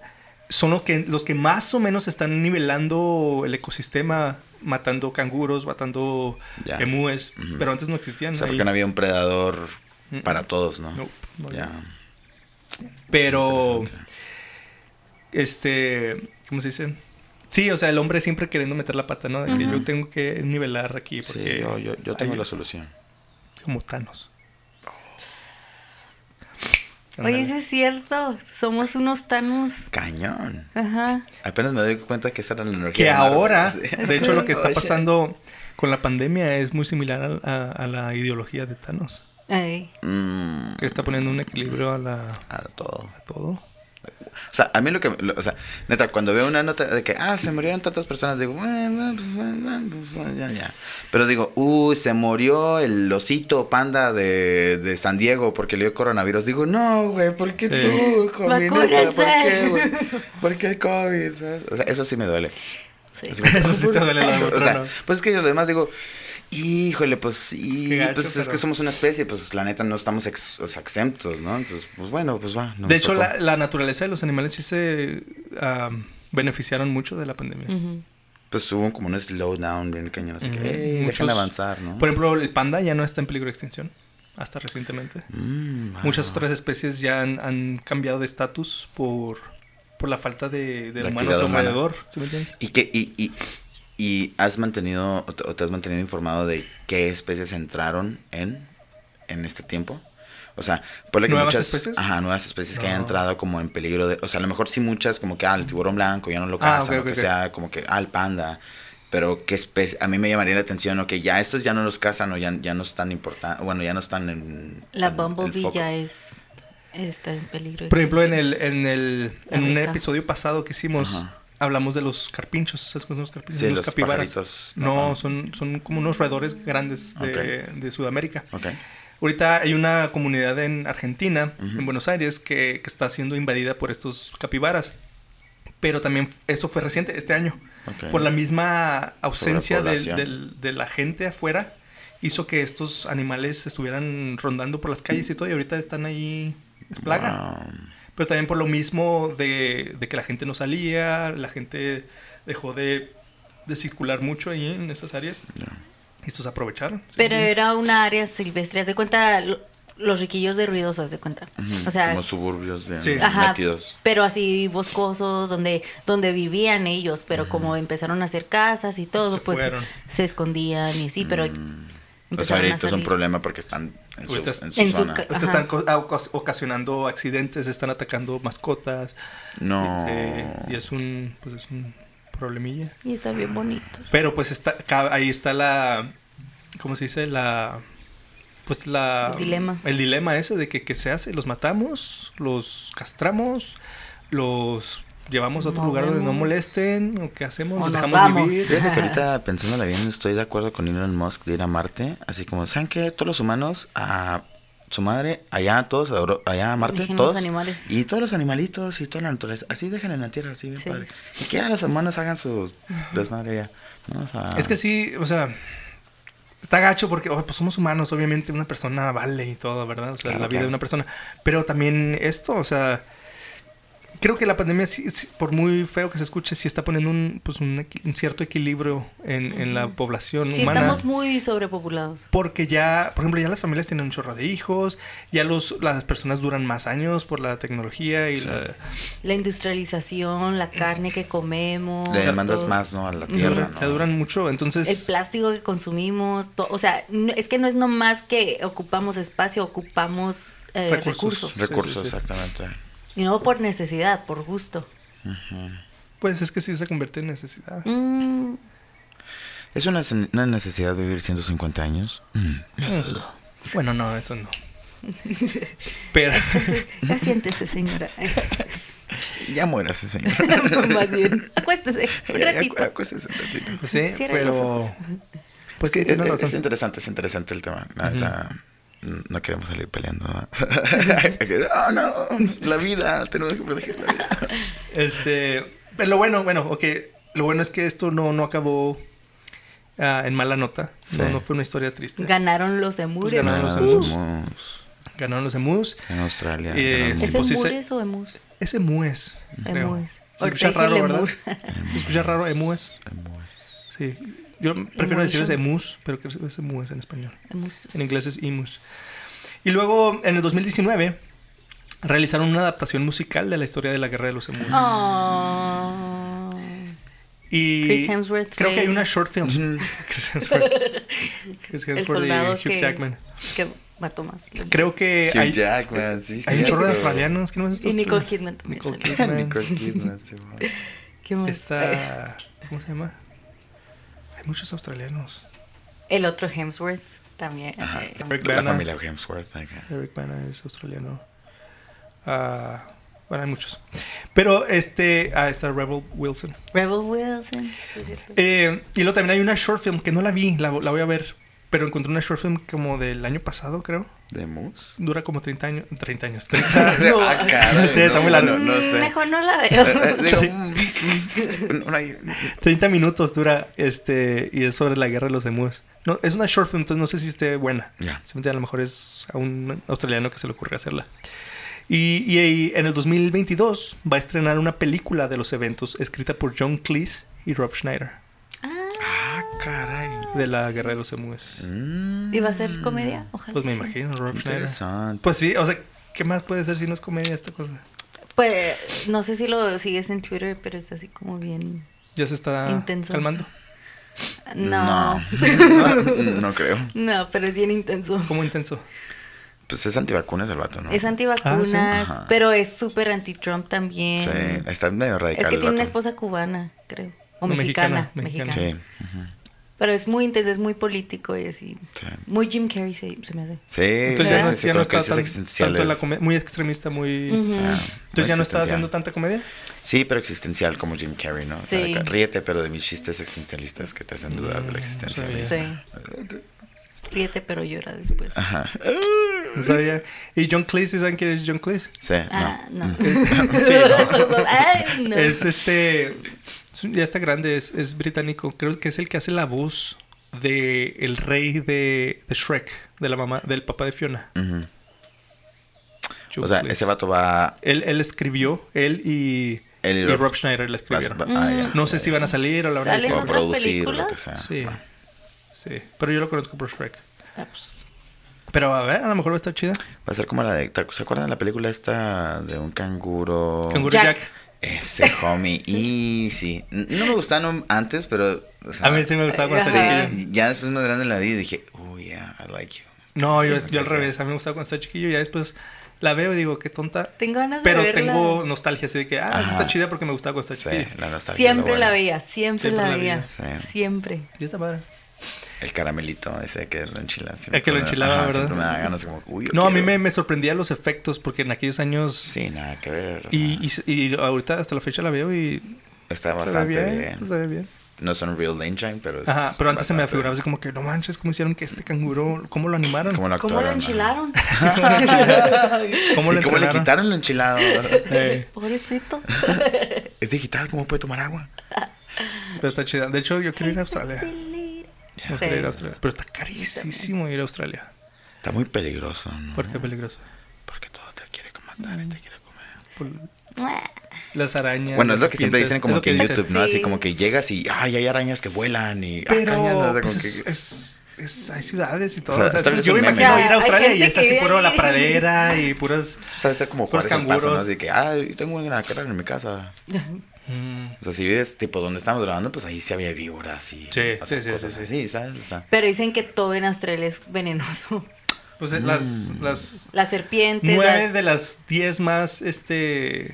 B: son los que, los que más o menos están nivelando el ecosistema, matando canguros, matando
A: Ya.
B: emúes, pero antes no existían.
A: o sea,
B: ahí.
A: porque no había un predador para todos, ¿no?
B: Nope, Mm. no
A: ya.
B: había. pero,
A: Interesante.
B: este, ¿cómo se dice? Sí, o sea, el hombre siempre queriendo meter la pata, ¿no? De que yo tengo que nivelar aquí porque...
A: Sí, yo, yo, yo tengo
B: hay-
A: la solución.
B: Como Thanos.
C: Oye,
B: Ándale.
C: sí es cierto, somos unos tanos.
A: Cañón.
C: Ajá.
A: Apenas me doy cuenta que esa era la energía.
B: que
A: de Marvel.
B: ahora,
A: Sí.
B: de hecho, lo que está pasando con la pandemia es muy similar a, a- a la ideología de Thanos,
C: Ay.
A: Mm,
B: que está poniendo un equilibrio a, la, a
A: a todo.
B: todo.
A: O sea, a mí lo que. lo- o sea, neta, cuando veo una nota de que, ah, se murieron tantas personas, digo, bueno, pues, bueno, pues, bueno, ya, ya. Pero digo, uy, se murió el osito panda de, de San Diego porque le dio coronavirus. Digo, no, güey, ¿por qué
B: Sí.
A: tú, Jomi? Neta, ¿Por qué,
C: Vacúnense.
A: güey? ¿Por qué el COVID? ¿Sabes? O sea, eso sí me duele.
C: Sí.
A: Así como,
B: Eso sí te duele, la
A: o
B: otra
A: sea,
B: no.
A: pues es que yo lo demás digo, híjole, pues sí,
B: Qué gacho,
A: pues es
B: pero-
A: que somos una especie, pues la neta no estamos ex- o sea, exentos, ¿no? Entonces, pues bueno, pues va. nos
B: de hecho,
A: tocó.
B: la, la naturaleza de los animales sí se am, beneficiaron mucho de la pandemia.
C: Ujú.
A: Pues hubo como un slowdown bien cañón, así que,
B: Ujú.
A: hey, dejen
B: Muchos-
A: avanzar, ¿no?
B: Por ejemplo, el panda ya no está en peligro de extinción, hasta recientemente.
A: Mm, wow.
B: Muchas otras especies ya han, han cambiado de estatus por, por la falta de, de
A: La
B: humanos
A: actividad humana.
B: alrededor. ¿sí me entiendes?
A: ¿Y, que, y, y, y has mantenido o te, o te has mantenido informado de qué especies entraron en, en este tiempo? O sea, por que
B: ¿Nuevas
A: muchas
B: especies?
A: Ajá, nuevas especies que hayan
B: No.
A: entrado como en peligro de... O sea, a lo mejor sí muchas como que, ah, el tiburón blanco ya no lo
B: Ah,
A: cazan, o
B: ok, ok,
A: que
B: ok.
A: sea como que, ah, el panda. Pero qué especie... A mí me llamaría la atención, o que ya estos ya no los cazan o ya, ya no están importantes... Bueno, ya no están en...
C: La
A: en el
C: bumblebee
A: foco.
C: ya es está en peligro. de
B: Por ejemplo, en
C: extinción.
B: el, en el,
C: La
B: en un
C: abeja.
B: episodio pasado que hicimos,
A: Ajá.
B: hablamos de los carpinchos, ¿sabes cuáles son los carpinchos?
A: Sí,
B: los,
A: los
B: capibaras.
A: pajaritos.
B: No,
A: Ajá.
B: son, son como unos roedores grandes de,
A: Ok.
B: de Sudamérica.
A: Ok.
B: Ahorita hay una comunidad en Argentina, en Buenos Aires, que, que está siendo invadida por estos capibaras. Pero también f- eso fue reciente, este año.
A: Ok.
B: Por la misma ausencia del-
A: Sobrepoblación.
B: del- de la gente afuera, hizo que estos animales estuvieran rondando por las calles y todo, y ahorita están ahí. Es plaga.
A: Wow.
B: Pero también por lo mismo de, de que la gente no salía, la gente dejó de, de circular mucho ahí en esas áreas. Y estos aprovecharon. ¿sí?
C: Pero era una área silvestre, haz de cuenta lo- los riquillos de ruidosos, haz de cuenta.
A: Ujú,
C: O sea,
A: como suburbios bien
B: Sí.
C: ajá,
A: metidos.
C: pero así boscosos donde donde vivían ellos, pero como empezaron a hacer casas y todo,
B: Se
C: pues
B: fueron.
C: se escondían y sí,
A: Mm.
C: pero
A: O sea,
C: empezaron a
A: ahorita es un
C: salir.
A: problema porque están en su,
B: Ahorita es-
A: en su
C: en su
A: zona.
C: ca-
B: Ahorita
C: Ajá.
B: están co- ah, ocas- ocasionando accidentes, están atacando mascotas.
A: No.
B: este, y es un, pues es un problemilla.
C: Y está bien bonito.
B: Pero pues está, ca- ahí está la, ¿cómo se dice? La, pues la...
C: El dilema.
B: El dilema ese de que, ¿qué se hace? ¿Los matamos? ¿Los castramos? ¿Los llevamos a otro lugar donde no
C: Movemos.
B: molesten? ¿O qué hacemos?
C: O
B: ¿Los
C: nos
B: dejamos
C: vamos.
B: vivir?
A: Fíjate que ahorita pensándola bien, estoy de acuerdo con Elon Musk de ir a Marte. Así como, ¿saben qué? Todos los humanos, ah, su madre, allá todos, adoro- allá a Marte,
C: Dejen los
A: todos.
C: animales.
A: Y todos los animalitos y toda la naturaleza. Así dejen en la tierra, así bien
C: Sí.
A: padre. Y que ya los hermanos hagan su desmadre ya. ¿no? O sea,
B: Es que sí, o sea, está gacho porque, oh, pues somos humanos, obviamente una persona vale y todo, ¿verdad? O sea,
A: Claro,
B: la vida
A: claro.
B: de una persona. Pero también esto, o sea, creo que la pandemia, sí- sí, por muy feo que se escuche, sí está poniendo un, pues, un, equi- un cierto equilibrio en, en la población
C: Sí,
B: humana.
C: estamos muy sobrepopulados.
B: Porque ya, por ejemplo, ya las familias tienen un chorro de hijos, ya los, las personas duran más años por la tecnología y la...
C: La industrialización,
A: Mm.
C: la carne que comemos.
A: le demandas
C: todo.
A: más, ¿no? A la tierra,
B: duran-
A: ¿no?
B: ya duran mucho, entonces...
C: El plástico que consumimos. to- o sea, no- es que no es nomás que ocupamos espacio, ocupamos eh,
B: Recursos.
C: recursos.
B: Sí,
A: Recursos,
B: sí, sí.
A: exactamente.
C: Y no por necesidad, por gusto.
B: Pues es que sí se convierte en necesidad.
C: Mm,
A: ¿Es una, sen- una necesidad vivir 150 años? Mm.
B: Bueno, no, eso no. Pero...
C: entonces, pues, eh, ya siéntese, señora.
A: Ya muérase, señor.
C: Más bien. Acuéstese un ratito.
A: Acuéstese un ratito.
B: Pues sí,
C: Cierra
B: pero.
C: los ojos.
B: Pues
A: es que
B: sí, tiene
A: es,
B: razón.
A: es interesante, es interesante el tema. La neta, No queremos salir peleando. No, Ah, no, la vida, tenemos que proteger la vida.
B: Este. Pero lo bueno, bueno, ok. Lo bueno es que esto no, no acabó ah, en mala nota.
A: Sí.
B: No, no fue una historia triste.
C: Ganaron los emures.
B: Pues
C: Uh,
B: ganaron
A: No,
B: los
A: no
B: emus.
A: somos
B: Ganaron los emus.
A: en Australia.
B: Eh,
A: no,
C: ¿Es
B: Sí, pues sí se-
C: emures o emus?
B: Es emues. creo.
C: Emues.
B: Se escucha
C: Ahorita
B: raro,
C: dije
B: ¿verdad?
C: lemur.
B: Se escucha raro emues.
A: emus.
B: Sí. Yo prefiero decir es
C: Emotions.
B: emus, pero que es emues en español.
C: Emus.
B: En inglés es Imus. Y luego, en el 2019, realizaron una adaptación musical de la historia de la guerra de los emus.
C: Oh.
B: Y
C: Chris Hemsworth
B: Creo que
C: fue-
B: hay una short film. Chris Hemsworth. Chris
C: El
B: Hemsworth y
C: soldado
B: Hugh
C: que,
B: Jackman.
C: que mató más. lemures.
B: Creo que
A: Hugh
B: Eh, hay,
A: Jackman, sí,
B: hay un
A: cierto.
B: chorro de australianos que no es
C: Y Nicole Kidman también.
B: Nicole
C: salió.
B: Kidman.
A: Nicole Kidman, sí, bueno.
C: ¿Qué más? Eh,
B: Está. ¿Cómo se llama? Hay muchos australianos.
C: El otro Hemsworth también.
A: Ajá.
C: Eh,
B: Eric
A: La
B: Bana.
A: familia Hemsworth. acá.
B: Eric Bana es australiano. Ah, bueno, hay muchos. Pero este. Ah, está Rebel Wilson.
C: Rebel Wilson. sí, es cierto.
B: Eh, y luego también hay una short film que no la vi, la, la voy a ver. Pero encontré una short film como del año pasado, creo.
A: ¿De Moose?
B: Dura como 30 años. 30 años. 30,
C: No.
A: Ah, caray,
B: Sí, está muy
A: No,
B: largo.
A: no
C: Mm,
A: sé.
C: Mejor no la
A: Eh, digo,
C: veo.
A: mm, mm, no hay-
B: 30 minutos dura este y es sobre la guerra de los emúes. No, es una short film, entonces no sé si esté buena.
A: Ya.
B: Simplemente a lo mejor es a un australiano que se le ocurrió hacerla. Y, y- y en el 2022 va a estrenar una película de los eventos escrita por John Cleese y Rob Schneider
A: Ah, caray.
B: de la guerra de los emúes.
A: Mm,
C: ¿Y va a ser comedia? Ojalá.
B: Pues me
C: sí.
B: imagino, Rob Schneider.
A: Interesante.
B: Pues sí, o sea, ¿qué más puede ser si no es comedia esta cosa?
C: Pues no sé si lo sigues en Twitter, pero es así como bien.
B: Ya se está
C: Intenso.
B: calmando.
C: No.
A: No, no creo.
C: No, pero es bien intenso.
B: ¿Cómo intenso?
A: Pues es antivacunas el vato, ¿no?
C: Es
B: Ah,
C: antivacunas,
A: sí. Ajá.
C: pero es súper anti-Trump también.
A: Sí, está medio radical.
C: Es que
A: el
C: tiene
A: vato.
C: una esposa cubana, creo. O
B: No, mexicana,
C: mexicana.
B: mexicana.
C: Mexicana.
A: Sí, ujú,
C: Pero es muy intenso, es muy político y así.
A: sí.
C: Muy Jim Carrey se, se me hace.
A: Sí,
B: Entonces
A: sí,
B: ya no,
A: sí, sí,
B: ya no
A: con
B: está
A: crisis
B: tan-
A: existenciales.
B: tanto la comedia, muy extremista, muy...
A: O sea,
B: Entonces ya no está
A: existencial.
B: haciendo tanta comedia.
A: Sí, pero existencial como Jim Carrey, ¿no? O sea,
C: Sí.
A: acá, ríete, pero de mis chistes existencialistas que te hacen dudar de la existencia.
B: sabía.
C: Sí. Ríete, pero llora después.
A: Ajá.
B: No sabía. Y John Cleese, ¿sí ¿saben quién es John Cleese?
A: Sí,
C: Ah,
A: no.
C: no.
B: Mm. Sí,
C: Ay, no.
B: Es este. es un- Ya está grande, es, es británico. Creo que es el que hace la voz de el rey de, de Shrek, de la mamá, del papá de Fiona.
A: Ujú.
B: John
A: O sea,
B: Cleese.
A: ese vato va.
B: él, él escribió, él y,
A: Él y
B: y
A: Rob-
B: Rob Schneider
A: va-
B: la escribieron.
A: va- ah, ya.
B: No sé si van a salir o la van a
C: ¿Salen
A: O a
C: Mm. otras
A: producir o lo que
C: películas?
A: sea.
B: Sí.
A: Va.
B: Sí. Pero yo lo conozco por Shrek.
C: Ah, pues,
B: Pero a ver, a lo mejor va a estar chida.
A: Va a ser como la de. ¿Se acuerdan de la película esta de un canguro?
B: Canguro Jack.
C: Jack.
A: Ese homie. Y sí. No me gustaron antes, pero. o sea,
B: A mí sí me gustaba cuando
C: Ajá.
B: estaba chiquillo.
A: Ya después más grande la vi y dije, oh yeah, I like you.
B: No, yo,
A: Sí,
B: yo al
A: sí.
B: revés. A mí me gustaba cuando estaba chiquillo. Ya después la veo y digo, qué tonta.
C: Tengo ganas de
B: Pero
C: verla.
B: tengo nostalgia así de que, ah,
A: Ajá.
B: está chida porque me gustaba cuando estaba
A: Sí,
B: chiquillo.
A: la nostalgia.
C: Siempre
A: es lo
C: la
A: bueno.
C: veía, siempre, la veía.
A: Sí.
C: Siempre.
B: Y está padre.
A: El caramelito ese que lo enchilaba.
B: El que lo enchilaba, ¿verdad?
A: Siempre me da ganas como, uy, yo
B: No, a mí
A: quiero".
B: me, me sorprendían los efectos porque en aquellos años...
A: Sí, nada que ver.
B: Y, y, y ahorita hasta la fecha la veo y...
A: Está
B: Se ve
A: bastante
B: bien,
A: bien.
B: Se ve bien.
A: No son real Langine, pero es.
B: Ajá, pero antes se me
A: bastante-
B: figuraba así como que no manches, ¿cómo hicieron que este canguro, cómo lo animaron?
A: ¿Cómo lo
C: ¿Cómo lo
A: actuaron?
C: enchilaron?
B: ¿Cómo
A: ¿Y cómo le
B: entrenaron?
A: quitaron el enchilado?
B: Eh,
C: Pobrecito.
A: es digital, ¿cómo puede tomar agua?
B: pero está chida. De hecho, yo quiero ir a Australia. Me gustaría ir a
C: Sí.
B: Australia. Pero está carísimo ir a Australia.
A: Está muy peligroso, ¿no?
B: Porque es peligroso.
A: Porque todo te quiere matar y te quiere comer.
B: Por las arañas.
A: Bueno, es
B: las
A: lo que siempre
B: serpientes,
A: dicen como
B: es lo
A: que en
B: dicen.
A: YouTube, ¿no? Así
C: Sí.
A: como que llegas y, ay, hay arañas que vuelan y... ah, cañas, ¿no? O
B: Pero
A: sea,
B: pues,
A: como
B: es,
A: que-
B: es- es- hay ciudades y todo.
A: O sea,
B: o sea,
A: Australia es
B: yo me
A: un meme,
B: imagino
A: ¿no?
B: ir a
C: Hay
B: Australia y
C: gente
B: es así
C: que vive
B: puro la
C: ahí.
B: pradera y puras...
A: o sea, es como
B: Puros
A: Juárez el paso, ¿no?
B: canguros.
A: Así que, ay, tengo una cara en mi casa.
B: Mm.
A: O sea, si vives, tipo, donde estamos grabando, pues ahí sí había víboras y...
B: Sí,
A: o sea,
B: sí, sí,
A: cosas
B: sí,
A: así, ¿sabes? O sea,
C: Pero dicen que todo en Australia es venenoso.
B: Pues eh, las,
A: Mm.
B: las
C: Las serpientes.
B: nueve
C: las-
B: de las diez más este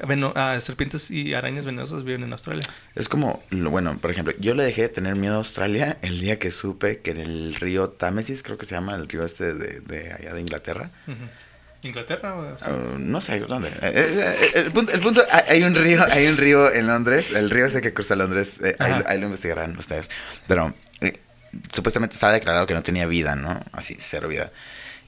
B: veno- ah, serpientes y arañas venenosas viven en Australia.
A: es como, lo- bueno, por ejemplo, yo le dejé de tener miedo a Australia el día que supe que en el río Támesis, creo que se llama, el río este de, de allá de Inglaterra,
B: ¿Inglaterra? o-
A: Uh, no sé dónde. Eh, eh, eh, el, punto, el punto, hay hay un río, hay un río en Londres, el río ese que cruza Londres, eh, ahí,
B: Ajá.
A: ahí lo investigarán ustedes. Pero eh, supuestamente estaba declarado que no tenía vida, ¿no? Así, cero vida.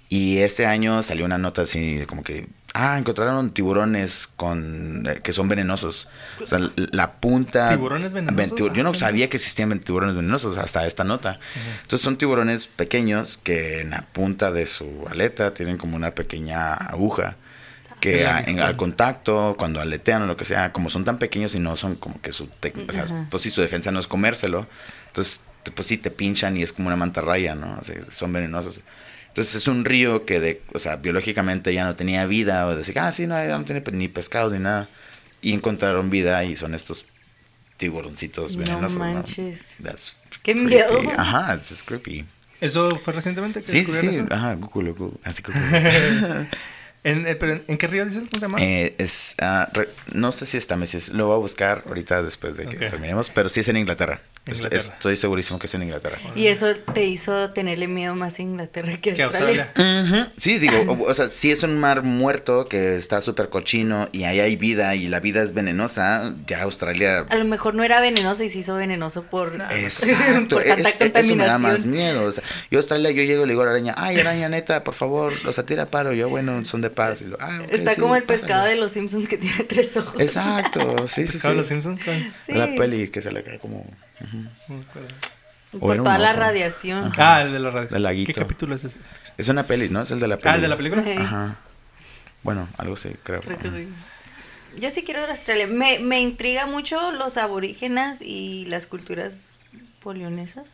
A: Y este año salió una nota así como que, ah, encontraron tiburones con eh, que son venenosos. O sea, l- la punta...
B: ¿Tiburones venenosos?
A: Ven- tibu- yo no
B: Ah,
A: sabía que existían ven- tiburones venenosos hasta esta nota. Entonces son tiburones pequeños que en la punta de su aleta tienen como una pequeña aguja que
B: Ah.
A: a- en- al contacto, cuando aletean o lo que sea, como son tan pequeños y no son como que su técnica, o sea,
C: Ajá.
A: pues sí, su defensa no es comérselo, entonces te- pues sí te pinchan y es como una mantarraya, ¿no? O sea, son venenosos. Entonces es un río que, de, o sea, biológicamente ya no tenía vida o decir, ah, sí, no, ya no tiene pe- ni pescado ni nada. Y encontraron vida y son estos tiburoncitos
C: No
A: venenosos. ¿no?
C: manches.
A: That's
C: Qué
A: creepy.
C: miedo.
A: Ajá, es creepy.
B: ¿Eso fue recientemente que
A: Sí, sí, sí.
B: descubrieron eso?
A: Ajá, Google, Google. Así que
B: ¿En, eh, pero en- en qué río dices cómo se llama?
A: Eh, es, ah, re- no sé si está Messi, lo voy a buscar ahorita después de que
B: Ok.
A: terminemos, pero sí es en Inglaterra. Es-
B: Inglaterra.
A: es- estoy segurísimo que es en Inglaterra.
C: Y eso te hizo tenerle miedo más a Inglaterra que a
B: que
C: Australia.
B: Australia.
A: Ujú. Sí, digo, o, o sea, si es un mar muerto que está súper cochino y ahí hay vida y la vida es venenosa, ya Australia...
C: A lo mejor no era venenoso y se hizo venenoso por,
A: Exacto,
C: Ah. por
A: es-
C: tanta
A: es- eso me da
C: contaminación.
A: más miedo. o sea, yo a Australia, yo llego y le digo a la araña, ay araña neta, por favor, los atira paro, yo bueno, son de paz. y lo, "Ah, ok,
C: Está
A: sí,
C: como el
A: pásale".
C: pescado de los Simpsons que tiene tres ojos.
A: Exacto, sí, sí, sí.
B: ¿Pescado de los Simpsons? ¿Cuál?
C: Sí,
A: La peli que se le cae como...
B: ¿Cuál era?
A: o
C: por
A: era un
C: toda la
A: ojo.
C: radiación.
B: Ah, el de la radio.
A: Del laguito.
B: ¿Qué capítulo es ese?
A: Es una peli, ¿no? Es el de la peli.
B: Ah, el de la película.
C: Ey,
A: Ajá. Bueno, algo sí, creo.
C: creo que
A: Ajá.
C: sí. Yo sí quiero ir a Australia. Me, me intriga mucho los aborígenas y las culturas polionesas.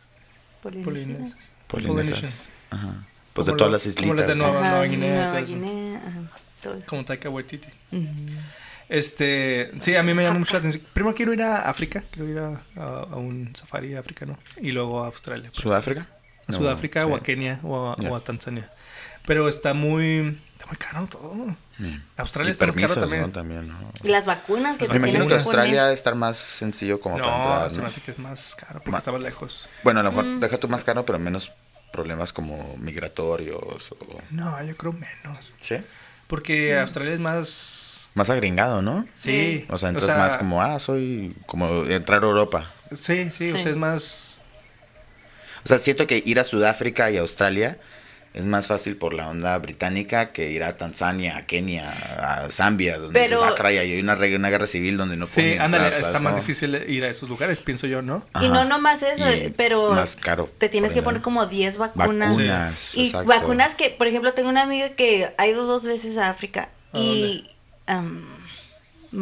B: Polinesas.
C: Polinesas.
A: Polinesas. Ajá. Pues de
B: Como
A: todas
B: la-
A: las
B: como
A: islitas.
B: las de
A: ¿no?
B: Nueva-
C: Ajá,
B: Nueva Guinea, todo
C: Nueva
B: eso.
C: Guinea. ajá, todo eso.
B: Como Taika Waititi.
C: Ujú.
B: Este, sí, a mí me llama mucho la atención. Primero quiero ir a África, quiero ir a, a- a un safari africano y luego a Australia. por
A: ¿Sudáfrica?
B: estas- A
A: No,
B: Sudáfrica o a
A: sí.
B: Kenia o a,
A: Ya.
B: o a Tanzania. Pero está muy, está muy caro todo. Australia
A: Y
B: está muy caro
A: permisos,
B: también.
A: ¿no? También, ¿no?
C: Y Las vacunas que
A: Me
C: te
A: imagino
C: tienes
A: que
C: que
A: Australia ha
C: poner.
A: de estar más sencillo como para
B: No,
A: entrar,
B: se me
A: ¿no?
B: hace que es más caro porque
A: Ma-
B: está más lejos.
A: Bueno, a lo
C: Mm.
A: mejor deja tú más caro, pero menos problemas como migratorios o...
B: No, yo creo menos.
A: ¿Sí?
C: Mm.
B: Porque Australia es más...
A: Más agringado, ¿no?
B: Sí.
A: O sea, entras más como, ah, soy como entrar a Europa.
B: Sí, sí, o
C: Sí.
B: sea, es más...
A: O sea, siento que ir a Sudáfrica y Australia es más fácil por la onda británica que ir a Tanzania, a Kenia, a Zambia, donde
C: Pero-
A: dices, ah, caray, ahí hay una, reg- una guerra civil donde no pueden
B: sí, ándale,
A: entrar", ¿sabes
B: está más
A: cómo?
B: difícil ir a esos lugares, pienso yo, ¿no?
C: Y no
A: Ajá.
C: nomás eso, eh,
A: Y
C: pero
A: más caro,
C: te tienes
A: por
C: que
A: ende.
C: poner como 10 vacunas.
A: Vacunas,
C: y
A: exacto.
C: vacunas que, por ejemplo, tengo una amiga que ha ido dos veces a África
B: ¿A
C: y am,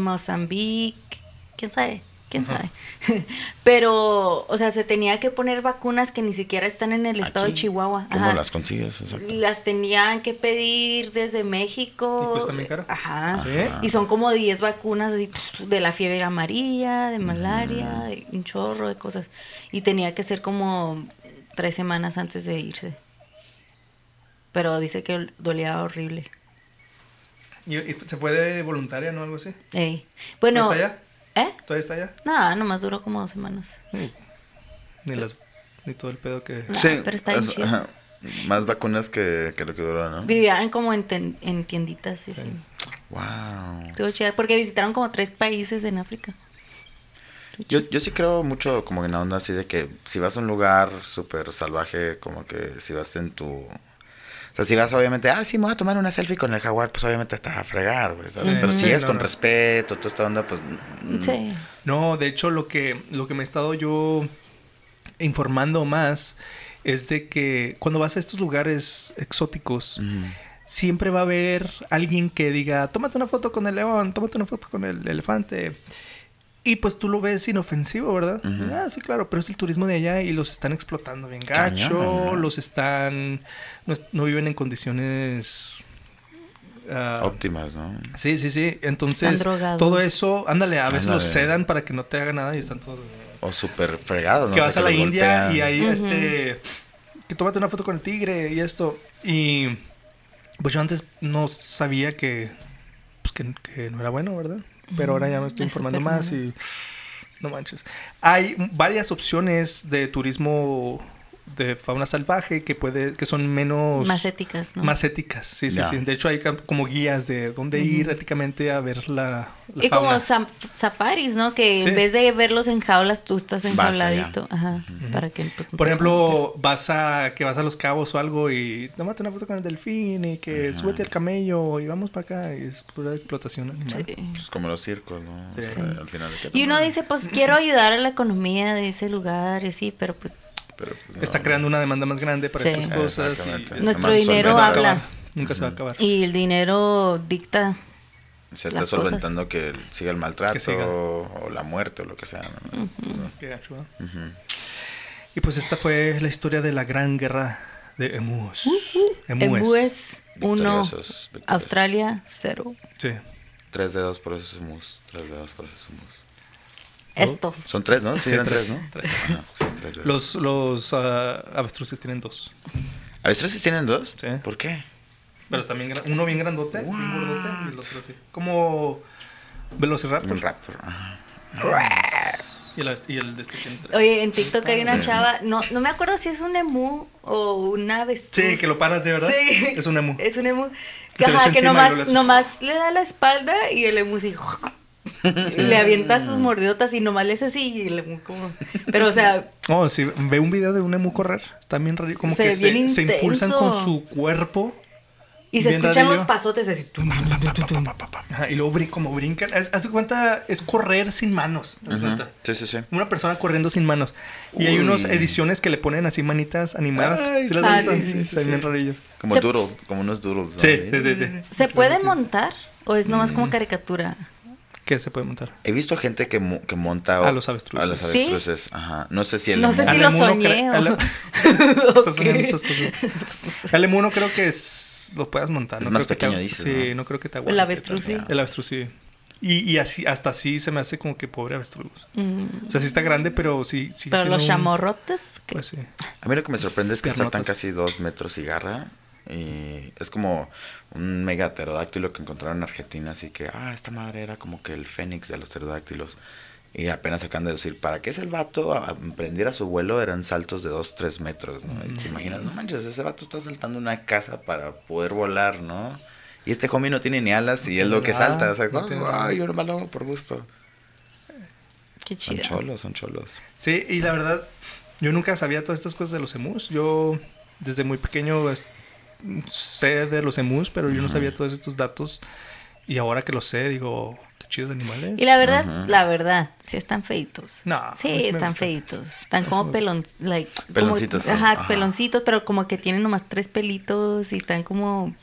C: Mozambique, quién sabe, quién sabe. pero, o sea, se tenía que poner vacunas que ni siquiera están en el estado
A: Aquí,
C: de Chihuahua.
A: ¿Cómo
C: Ajá.
A: las consigues? Exacto.
C: Las tenían que pedir desde México.
B: ¿Y cuesta bien caro?
C: Ajá.
B: ¿Sí?
C: Y son como 10 vacunas así pf, de la fiebre amarilla,
B: Mm.
C: de malaria, de un chorro de cosas. Y tenía que ser como tres semanas antes de irse. Pero dice que dolía horrible.
B: Y, y se fue de voluntaria, ¿no? Algo así.
C: Ey. Bueno.
B: ¿Está allá?
C: ¿Eh?
B: ¿Todavía está allá?
C: Nada, nomás duró como dos semanas.
B: Ni, las, ni todo el pedo que...
C: No, pero está bien
A: es-
C: chido.
A: ajá, Más vacunas que, que lo que duró, ¿no?
C: Vivían como en, ten- en tienditas. y así.
A: Wow.
C: Estuvo chida, Porque visitaron como tres países en África.
A: Yo, yo sí creo mucho como en la onda así de que si vas a un lugar súper salvaje, como que si vas en tu... O sea, si vas obviamente, ah, sí, me voy a tomar una selfie con el jaguar, pues obviamente estás a fregar, güey, ¿sabes?
B: Sí,
A: Pero si
B: sí,
A: es
B: no,
A: con
B: no.
A: respeto, toda esta onda, pues... mm,
C: Sí.
B: No, de hecho lo que, lo que me he estado yo informando más es de que cuando vas a estos lugares exóticos,
A: mm,
B: siempre va a haber alguien que diga, tómate una foto con el león, tómate una foto con el elefante. Y pues tú lo ves inofensivo, ¿verdad? Ah, sí, claro, pero es el turismo de allá y los están explotando bien gacho,
A: Cañón, ¿no?
B: los están, no, es- no viven en condiciones... ah,
A: Óptimas, ¿no?
B: Sí, sí, sí. Entonces,
C: drogados.
B: todo eso, ándale, a veces los
A: Ándale.
B: sedan para que no te haga nada y están todos.
A: O súper fregados, ¿no?
B: que
A: O sea,
B: vas a la
A: los
B: India
A: golpean.
B: y ahí, este. Que tómate una foto con el tigre y esto. Y. Pues yo antes no sabía que. Pues que, que no era bueno, ¿verdad? Pero ahora ya me estoy
C: es
B: informando
C: súper
B: más y. No manches. Hay varias opciones de turismo de fauna salvaje que puede que son menos
C: Más éticas, ¿no?
B: más éticas, sí, sí,
A: Ya.
B: sí. De hecho, hay cam- como guías de dónde ir éticamente a ver la, la
C: y como
B: fauna.
C: sam- safaris, ¿no? Que
B: Sí.
C: en vez de verlos enjauladas, tú estás
A: Vas allá.
C: enjauladito. Ajá. Para que, pues, no
B: Por
C: te-
B: ejemplo, vas a que vas a los cabos o algo y tómate una foto con el delfín y que súbete al camello y vamos para acá. Y es pura explotación animal.
C: Sí.
A: Pues como los circos, ¿no? O
B: Sí.
A: sea, al final de qué
C: Y uno
A: tamaño,
C: dice, pues quiero ayudar a la economía de ese lugar, y sí, pero pues
A: pero, pues, no,
B: Está
A: no.
B: creando una demanda más grande para
C: Sí.
B: estas cosas. y
A: Exactamente.
B: nunca
C: Nuestro
A: Además,
C: dinero
B: se va
A: solventas-
B: a
C: habla.
B: acabar, Nunca se va a acabar.
C: Y el dinero dicta.
A: Se está
C: las cosas.
A: solventando que siga el maltrato
B: Que siga.
A: o la muerte o lo que sea. ¿no?
B: Qué gacho, ¿eh? Y pues esta fue la historia de la gran guerra de Emúes.
C: Embues 1,
A: Victoriosos, victoriosos.
C: Australia 0.
B: Sí.
A: Tres dedos por eso somos. Tres dedos por eso somos.
C: Estos.
A: Son tres, ¿no? Sí,
B: Sí,
A: eran
B: tres,
A: tres, ¿no? Ajá, sí, tres dedos.
B: Los, los ah, avestruces tienen dos.
A: ¿Avestruces tienen dos?
B: Sí.
A: ¿Por qué?
B: Pero también gran- uno bien grandote, bien gordote, y el otro así. Como Velociraptor.
A: Un raptor. ajá.
B: Y el, avest- y el de este tiene tres.
C: Oye, en TikTok hay una chava, no, no me acuerdo si es un emu o una avestruz.
B: Sí, que lo paras de verdad.
C: Sí.
B: Es un emu.
C: Es un emu.
B: Que
C: Que,
B: se le
C: ajá,
B: echa
C: que
B: encima y
C: nomás,
B: luego le haces-
C: nomás le da la espalda y el emu sí. Y le avienta sus mordidotas y nomás le hace así y el emu como... Pero o sea,
B: Oh, sí, ve un video de un emu correr. Está bien raro. Como
C: Se
B: que
C: ve
B: se,
C: bien
B: se
C: intenso.
B: impulsan con su cuerpo.
C: y se
B: Bien
C: escuchan
B: rarillo.
C: los pasotes así. tum, tum, tum, tum, tum.
B: Ajá, y luego brin- como brincan. Haz, haz de cuenta, es correr sin manos. haz de cuenta.
A: Sí, sí, sí.
B: Una persona corriendo sin manos. Y hay
A: Uy.
B: unas ediciones que le ponen así manitas animadas.
A: Ay,
B: ¿Sí las
C: ah,
B: has visto?
C: sí, sí, sí,
B: Están
A: sí.
B: bien rarillos.
A: Como
C: Se-
A: doodle, como unos doodles. ¿no?
B: Sí, sí, sí, sí. Mm.
C: ¿Se puede montar o es nomás como caricatura?
B: ¿Qué se puede montar?
A: He visto gente que, mo- que monta...
B: A los avestruces.
A: A los
C: ¿Sí?
A: avestruces, ajá. No sé si el...
C: No sé
A: emo-
C: si
B: Al
C: lo
B: emu no
C: soñé
B: cre-
C: o...
B: al-
C: Ok.
B: Estás soñando estas cosas.
C: Pues, no sé.
B: El emu no creo que es- lo puedas montar.
A: Es
B: no
A: más
B: creo que te-
A: pequeño, dices,
B: Sí, ¿no?
A: ¿no?
B: creo que te aguante.
C: El avestruz sí.
B: El avestruz sí. Y, y así, hasta así se me hace como que pobre avestruz. O sea, sí está grande, pero sí. sí
C: Mm. Pero los
B: chamorros
C: chamorrotes... que-
B: Pues sí.
A: A mí lo que me sorprende es que saltan
B: Piernotas.
A: casi dos metros y garra. Y es como un mega pterodáctilo que encontraron en Argentina. Así que, ah, esta madre era como que el fénix de los pterodáctilos. Y apenas acaban de decir, ¿para qué ese vato a- emprendiera su vuelo? Eran saltos de dos, tres metros, ¿no? Y te imaginas, no manches, ese vato está saltando una casa para poder volar, ¿no? Y este homie no tiene ni alas y es
B: tiene
A: lo que
B: nada,
A: salta. O sea,
B: no tiene
A: "Ah,
B: nada".
A: yo nomás lo hago por gusto.
B: Pues,
C: Qué
A: Son
C: chido.
A: cholos, son cholos.
B: Sí, y la verdad, yo nunca sabía todas estas cosas de los emus. Yo, desde muy pequeño, es- sé de los emus, pero yo no sabía todos estos datos. Y ahora que los sé, digo, qué chidos animales.
C: Y la verdad, la verdad, sí están feitos.
B: No, a mí sí
C: Sí,
B: me
C: están
B: gusta.
C: feitos. Están
B: Eso me
C: como
B: gusta.
C: pelon, like, como-
A: Peloncitos, sí.
C: ajá,
A: Ajá.
C: peloncitos, pero como que tienen nomás tres pelitos y están como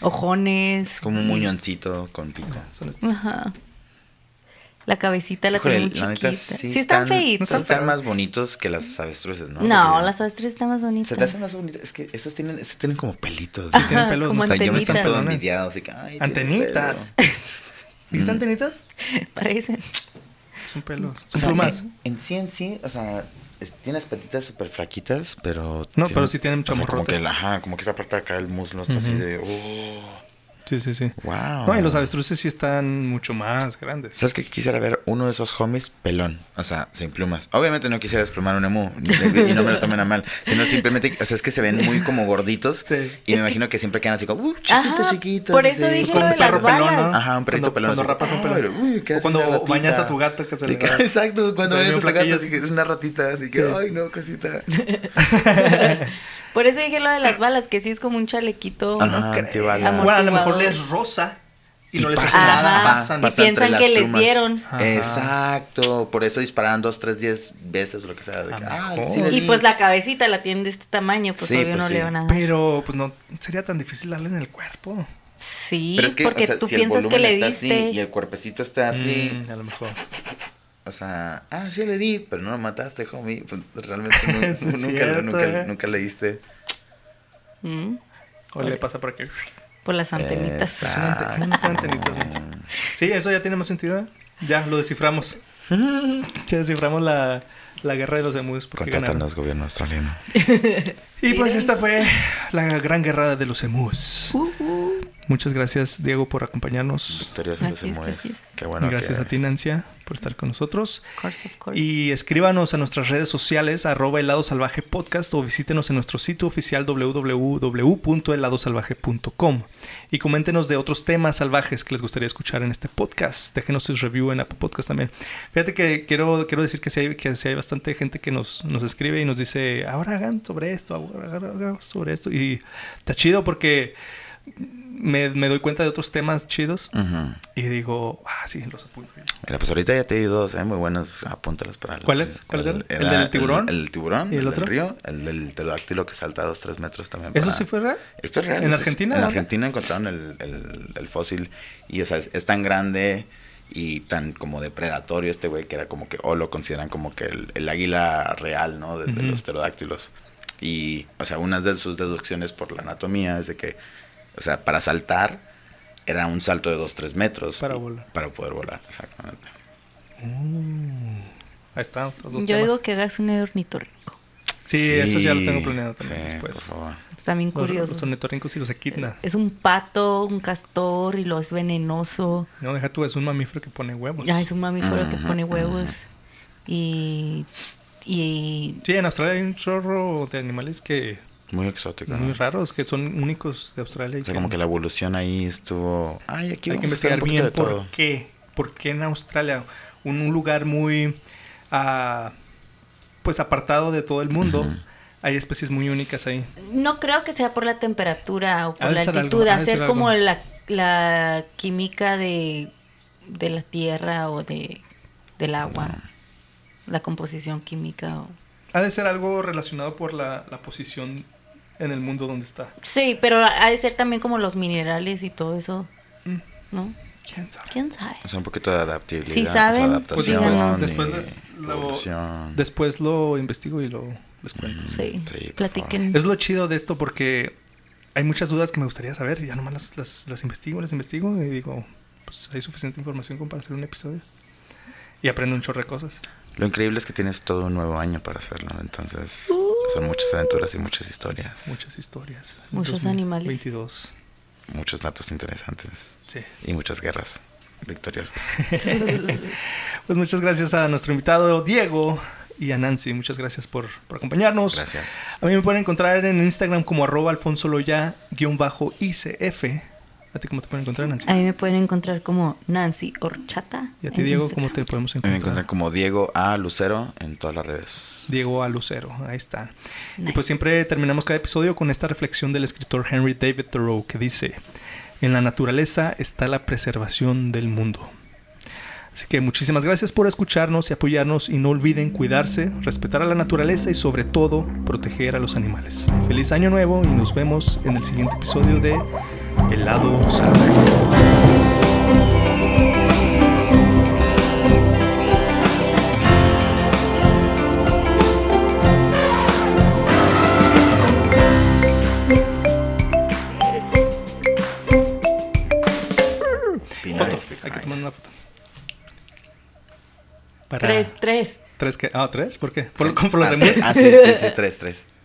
C: ojones.
A: Es como un muñoncito con pico.
B: Son estos.
C: Ajá. La cabecita la
A: Híjole,
C: tienen
A: la
C: chiquita.
A: neta,
C: Sí, están feitos.
A: sí están más bonitos que las avestruces, ¿no?
C: No,
A: Porque
C: las astras están más bonitas.
A: Se te hacen más bonitas. Es que esos tienen, esos tienen como pelitos.
C: Ajá,
A: ¿sí?
B: tienen pelos, ¿no?
C: como
A: O sea, yo me
C: antenitas.
A: siento todo
B: Antenitas.
A: envidiado. Así que, ay, tiene
B: Antenitas. ¿Viste antenitas?
C: Parecen.
B: Son pelos.
A: pelo. O
B: Son
A: sea,
B: plumas.
A: En, en sí, en sí, o sea, es- tiene las patitas súper flaquitas, pero.
B: No, pero sí tienen
A: o sea, como
B: chamorrote.
A: que, la- ajá, como que esa parte de acá del muslo está así de. oh.
B: Sí, sí, sí.
A: Wow.
B: No, y los avestruces sí están mucho más grandes.
A: ¿Sabes qué? Quisiera ver uno de esos homies pelón, o sea, sin plumas. Obviamente no quisiera desplumar un emu, y no me lo tomen a mal, sino simplemente, o sea, es que se ven muy como gorditos
B: Sí.
A: y me
C: que-
A: imagino que... siempre quedan así como, uh, chiquito,
C: Ajá,
A: chiquito.
C: por eso dije lo
B: Como un
C: de las
B: perro pelón, ¿no?
C: balas.
A: Ajá, un perrito
B: Cuando-
A: pelón.
B: cuando
A: así,
B: rapas un
A: "Ay,
B: pelón".
A: uy, ¿qué
B: O
A: hace
B: cuando
A: una ratita?"
B: bañas a tu gato que se le va-
A: Exacto, cuando bañas a tu
B: se le dio
A: gato,
B: flaquillo.
A: así que es una ratita, así que,
B: Sí.
A: ay, no, cosita.
C: Por eso dije lo de las balas, que sí es como un chalequito.
A: Ajá,
B: creo.
A: antibalas.
C: Amor.
B: Bueno, a lo mejor
C: amortiguador.
B: les rosa y, no les
A: pasan,
B: pasa nada.
C: Ajá.
B: Pasan.
C: Y piensan
A: entre las
C: que les dieron.
B: Ajá.
A: Exacto, por eso disparan dos, tres, diez veces lo que sea. de que,
B: A
A: "Ah,
B: mejor.
A: sí le
C: Y
A: di".
C: pues la cabecita la tienen de este tamaño, pues
A: Sí,
C: obvio
A: pues
C: no
A: sí.
C: le van a dar.
B: Pero pues no sería tan difícil darle en el cuerpo.
C: Sí,
A: Pero es que,
C: porque
A: o sea,
C: tú
A: si el
C: piensas que
A: volumen
C: le
A: está
C: diste.
A: así y el cuerpecito está así,
B: Mm, a lo mejor. Mm.
A: o sea, ah, sí le di, pero no lo mataste, homie. Pues, realmente nu-
B: Sí, es
A: nunca,
B: cierto,
A: nunca,
B: eh.
A: nunca le diste.
C: Mm,
B: O le pasa por aquí.
C: Por las antenitas.
A: Ah,
B: Son ante- unas antenitas, ¿no? Sí, eso ya tiene más sentido. ¿eh? Ya lo desciframos. Ya desciframos la, la guerra de los emus. Porque ganaron.
A: gobierno australiano.
B: Y pues esta fue la gran guerra de los emus.
C: Uh, Ujú.
B: Muchas gracias, Diego, por acompañarnos.
A: Victorioso en los
C: Gracias,
A: emojis.
C: gracias.
A: Qué bueno.
B: gracias
A: que-
B: a ti, Nancia, por estar con nosotros.
C: Of course, of course.
B: Y escríbanos a nuestras redes sociales, arroba helado salvaje podcast o visítenos en nuestro sitio oficial www.heladosalvaje.com y coméntenos de otros temas salvajes que les gustaría escuchar en este podcast. Déjenos sus review en Apple Podcast también. Fíjate que quiero, quiero decir que sí hay, que sí hay bastante gente que nos, nos escribe y nos dice, ahora hagan sobre esto, ahora hagan sobre esto. Y está chido porque me, me doy cuenta de otros temas chidos
A: Ujú.
B: y digo, ah, sí, los apunto.
A: Mira, pues ahorita ya te di dos, ¿eh? Muy buenos. Apúntalos para.
B: ¿Cuál es? ¿Cuál es el- el
A: era
B: del tiburón?
A: El, el tiburón.
B: ¿Y el
A: el
B: otro?
A: Del río. El del pterodáctilo que salta dos, tres metros también.
B: ¿Eso
A: para-
B: sí fue real?
A: Esto es real.
B: ¿En
A: esto es-
B: Argentina?
A: En
B: ¿Dónde?
A: Argentina encontraron el, el- el fósil. Y, o sea, es, es tan grande y tan como depredatorio este güey que era como que. O lo consideran como que el, el águila real, ¿no? De, de los pterodáctilos. Y, o sea, una de sus deducciones por la anatomía es de que. O sea, para saltar era un salto de dos, tres metros.
B: Para
A: y-
B: volar.
A: Para poder volar, exactamente.
B: Ahí está, otros dos
C: Yo
B: temas.
C: digo que hagas un ornitorrinco.
B: Sí, eso ya lo tengo planeado también
A: sí,
B: después.
A: Por favor.
C: Está bien
B: Los,
C: curioso.
B: los ornitorrincos y los equidna.
C: Es un pato, un castor y lo es venenoso.
B: No, deja tú, es un mamífero que pone huevos.
C: Ya Ah, es un mamífero que pone huevos. Y. Y.
B: Sí, en Australia hay un chorro de animales que
A: Muy exótico. ¿no?
B: muy raros, que son únicos de Australia. Y
A: O sea, como que la evolución ahí estuvo. Ay, aquí
B: hay que
A: vamos a hacer
B: investigar
A: un poquito
B: bien
A: de todo.
B: por qué. ¿Por qué en Australia? Un, un lugar muy ah, pues apartado de todo el mundo. Hay especies muy únicas ahí.
C: No creo que sea por la temperatura o
B: Ha
C: por
B: de
C: la
B: ser algo,
C: altitud.
B: ha de
C: Hacer
B: ser
C: como
B: algo.
C: la, la química de, de la tierra o de, del agua.
B: Ah.
C: La composición química. o-
B: Ha de ser algo relacionado por la, la posición en el mundo donde está.
C: Sí, pero ha de ser también como los minerales y todo eso.
B: Mm.
C: ¿No?
B: ¿Quién sabe?
C: ¿Quién sabe?
A: O sea, un poquito de adaptabilidad.
C: Si
A: o sea,
C: saben,
B: Pues
A: adaptación.
C: díganos.
B: después,
A: y
B: les- lo,
A: evolución.
B: después lo investigo y lo les cuento.
C: Sí,
A: Sí, por favor.
C: platiquen.
B: Es lo chido de esto porque hay muchas dudas que me gustaría saber. y Ya nomás las, las, las investigo, las investigo y digo, pues hay suficiente información como para hacer un episodio. Y aprendo un chorro de cosas.
A: Lo increíble es que tienes todo un nuevo año para hacerlo. Entonces, son muchas aventuras y muchas historias.
B: Muchas historias.
C: Muchos animales.
B: 22.
A: Muchos datos interesantes.
B: Sí.
A: Y muchas guerras victoriosas.
B: Pues muchas gracias a nuestro invitado Diego y a Nancy. Muchas gracias por, por acompañarnos.
A: Gracias.
B: A mí me pueden encontrar en Instagram como arroba alfonsoloya-icf. ¿A ti cómo te pueden encontrar, Nancy?
C: A mí me pueden encontrar como Nancy Horchata.
B: Y a ti,
C: en
B: Diego,
C: Instagram.
B: ¿cómo te podemos
A: Me
B: encontrar?
A: encuentran como Diego A. Lucero en todas las redes.
B: Diego a Lucero, ahí está. Y
C: Nice.
B: pues siempre terminamos cada episodio con esta reflexión del escritor Henry David Thoreau que dice, en la naturaleza está la preservación del mundo. Así que muchísimas gracias por escucharnos y apoyarnos y no olviden cuidarse, respetar a la naturaleza y sobre todo proteger a los animales. Feliz año nuevo y nos vemos en el siguiente episodio de El lado salvaje. Foto, hay que tomar una foto. Para-
C: Tres, tres.
B: ¿Tres qué? Ah, ¿tres? ¿Por qué? ¿Por, lo- por los
A: Ah,
B: demás?
A: tres. Ah, sí, sí, sí, tres, tres.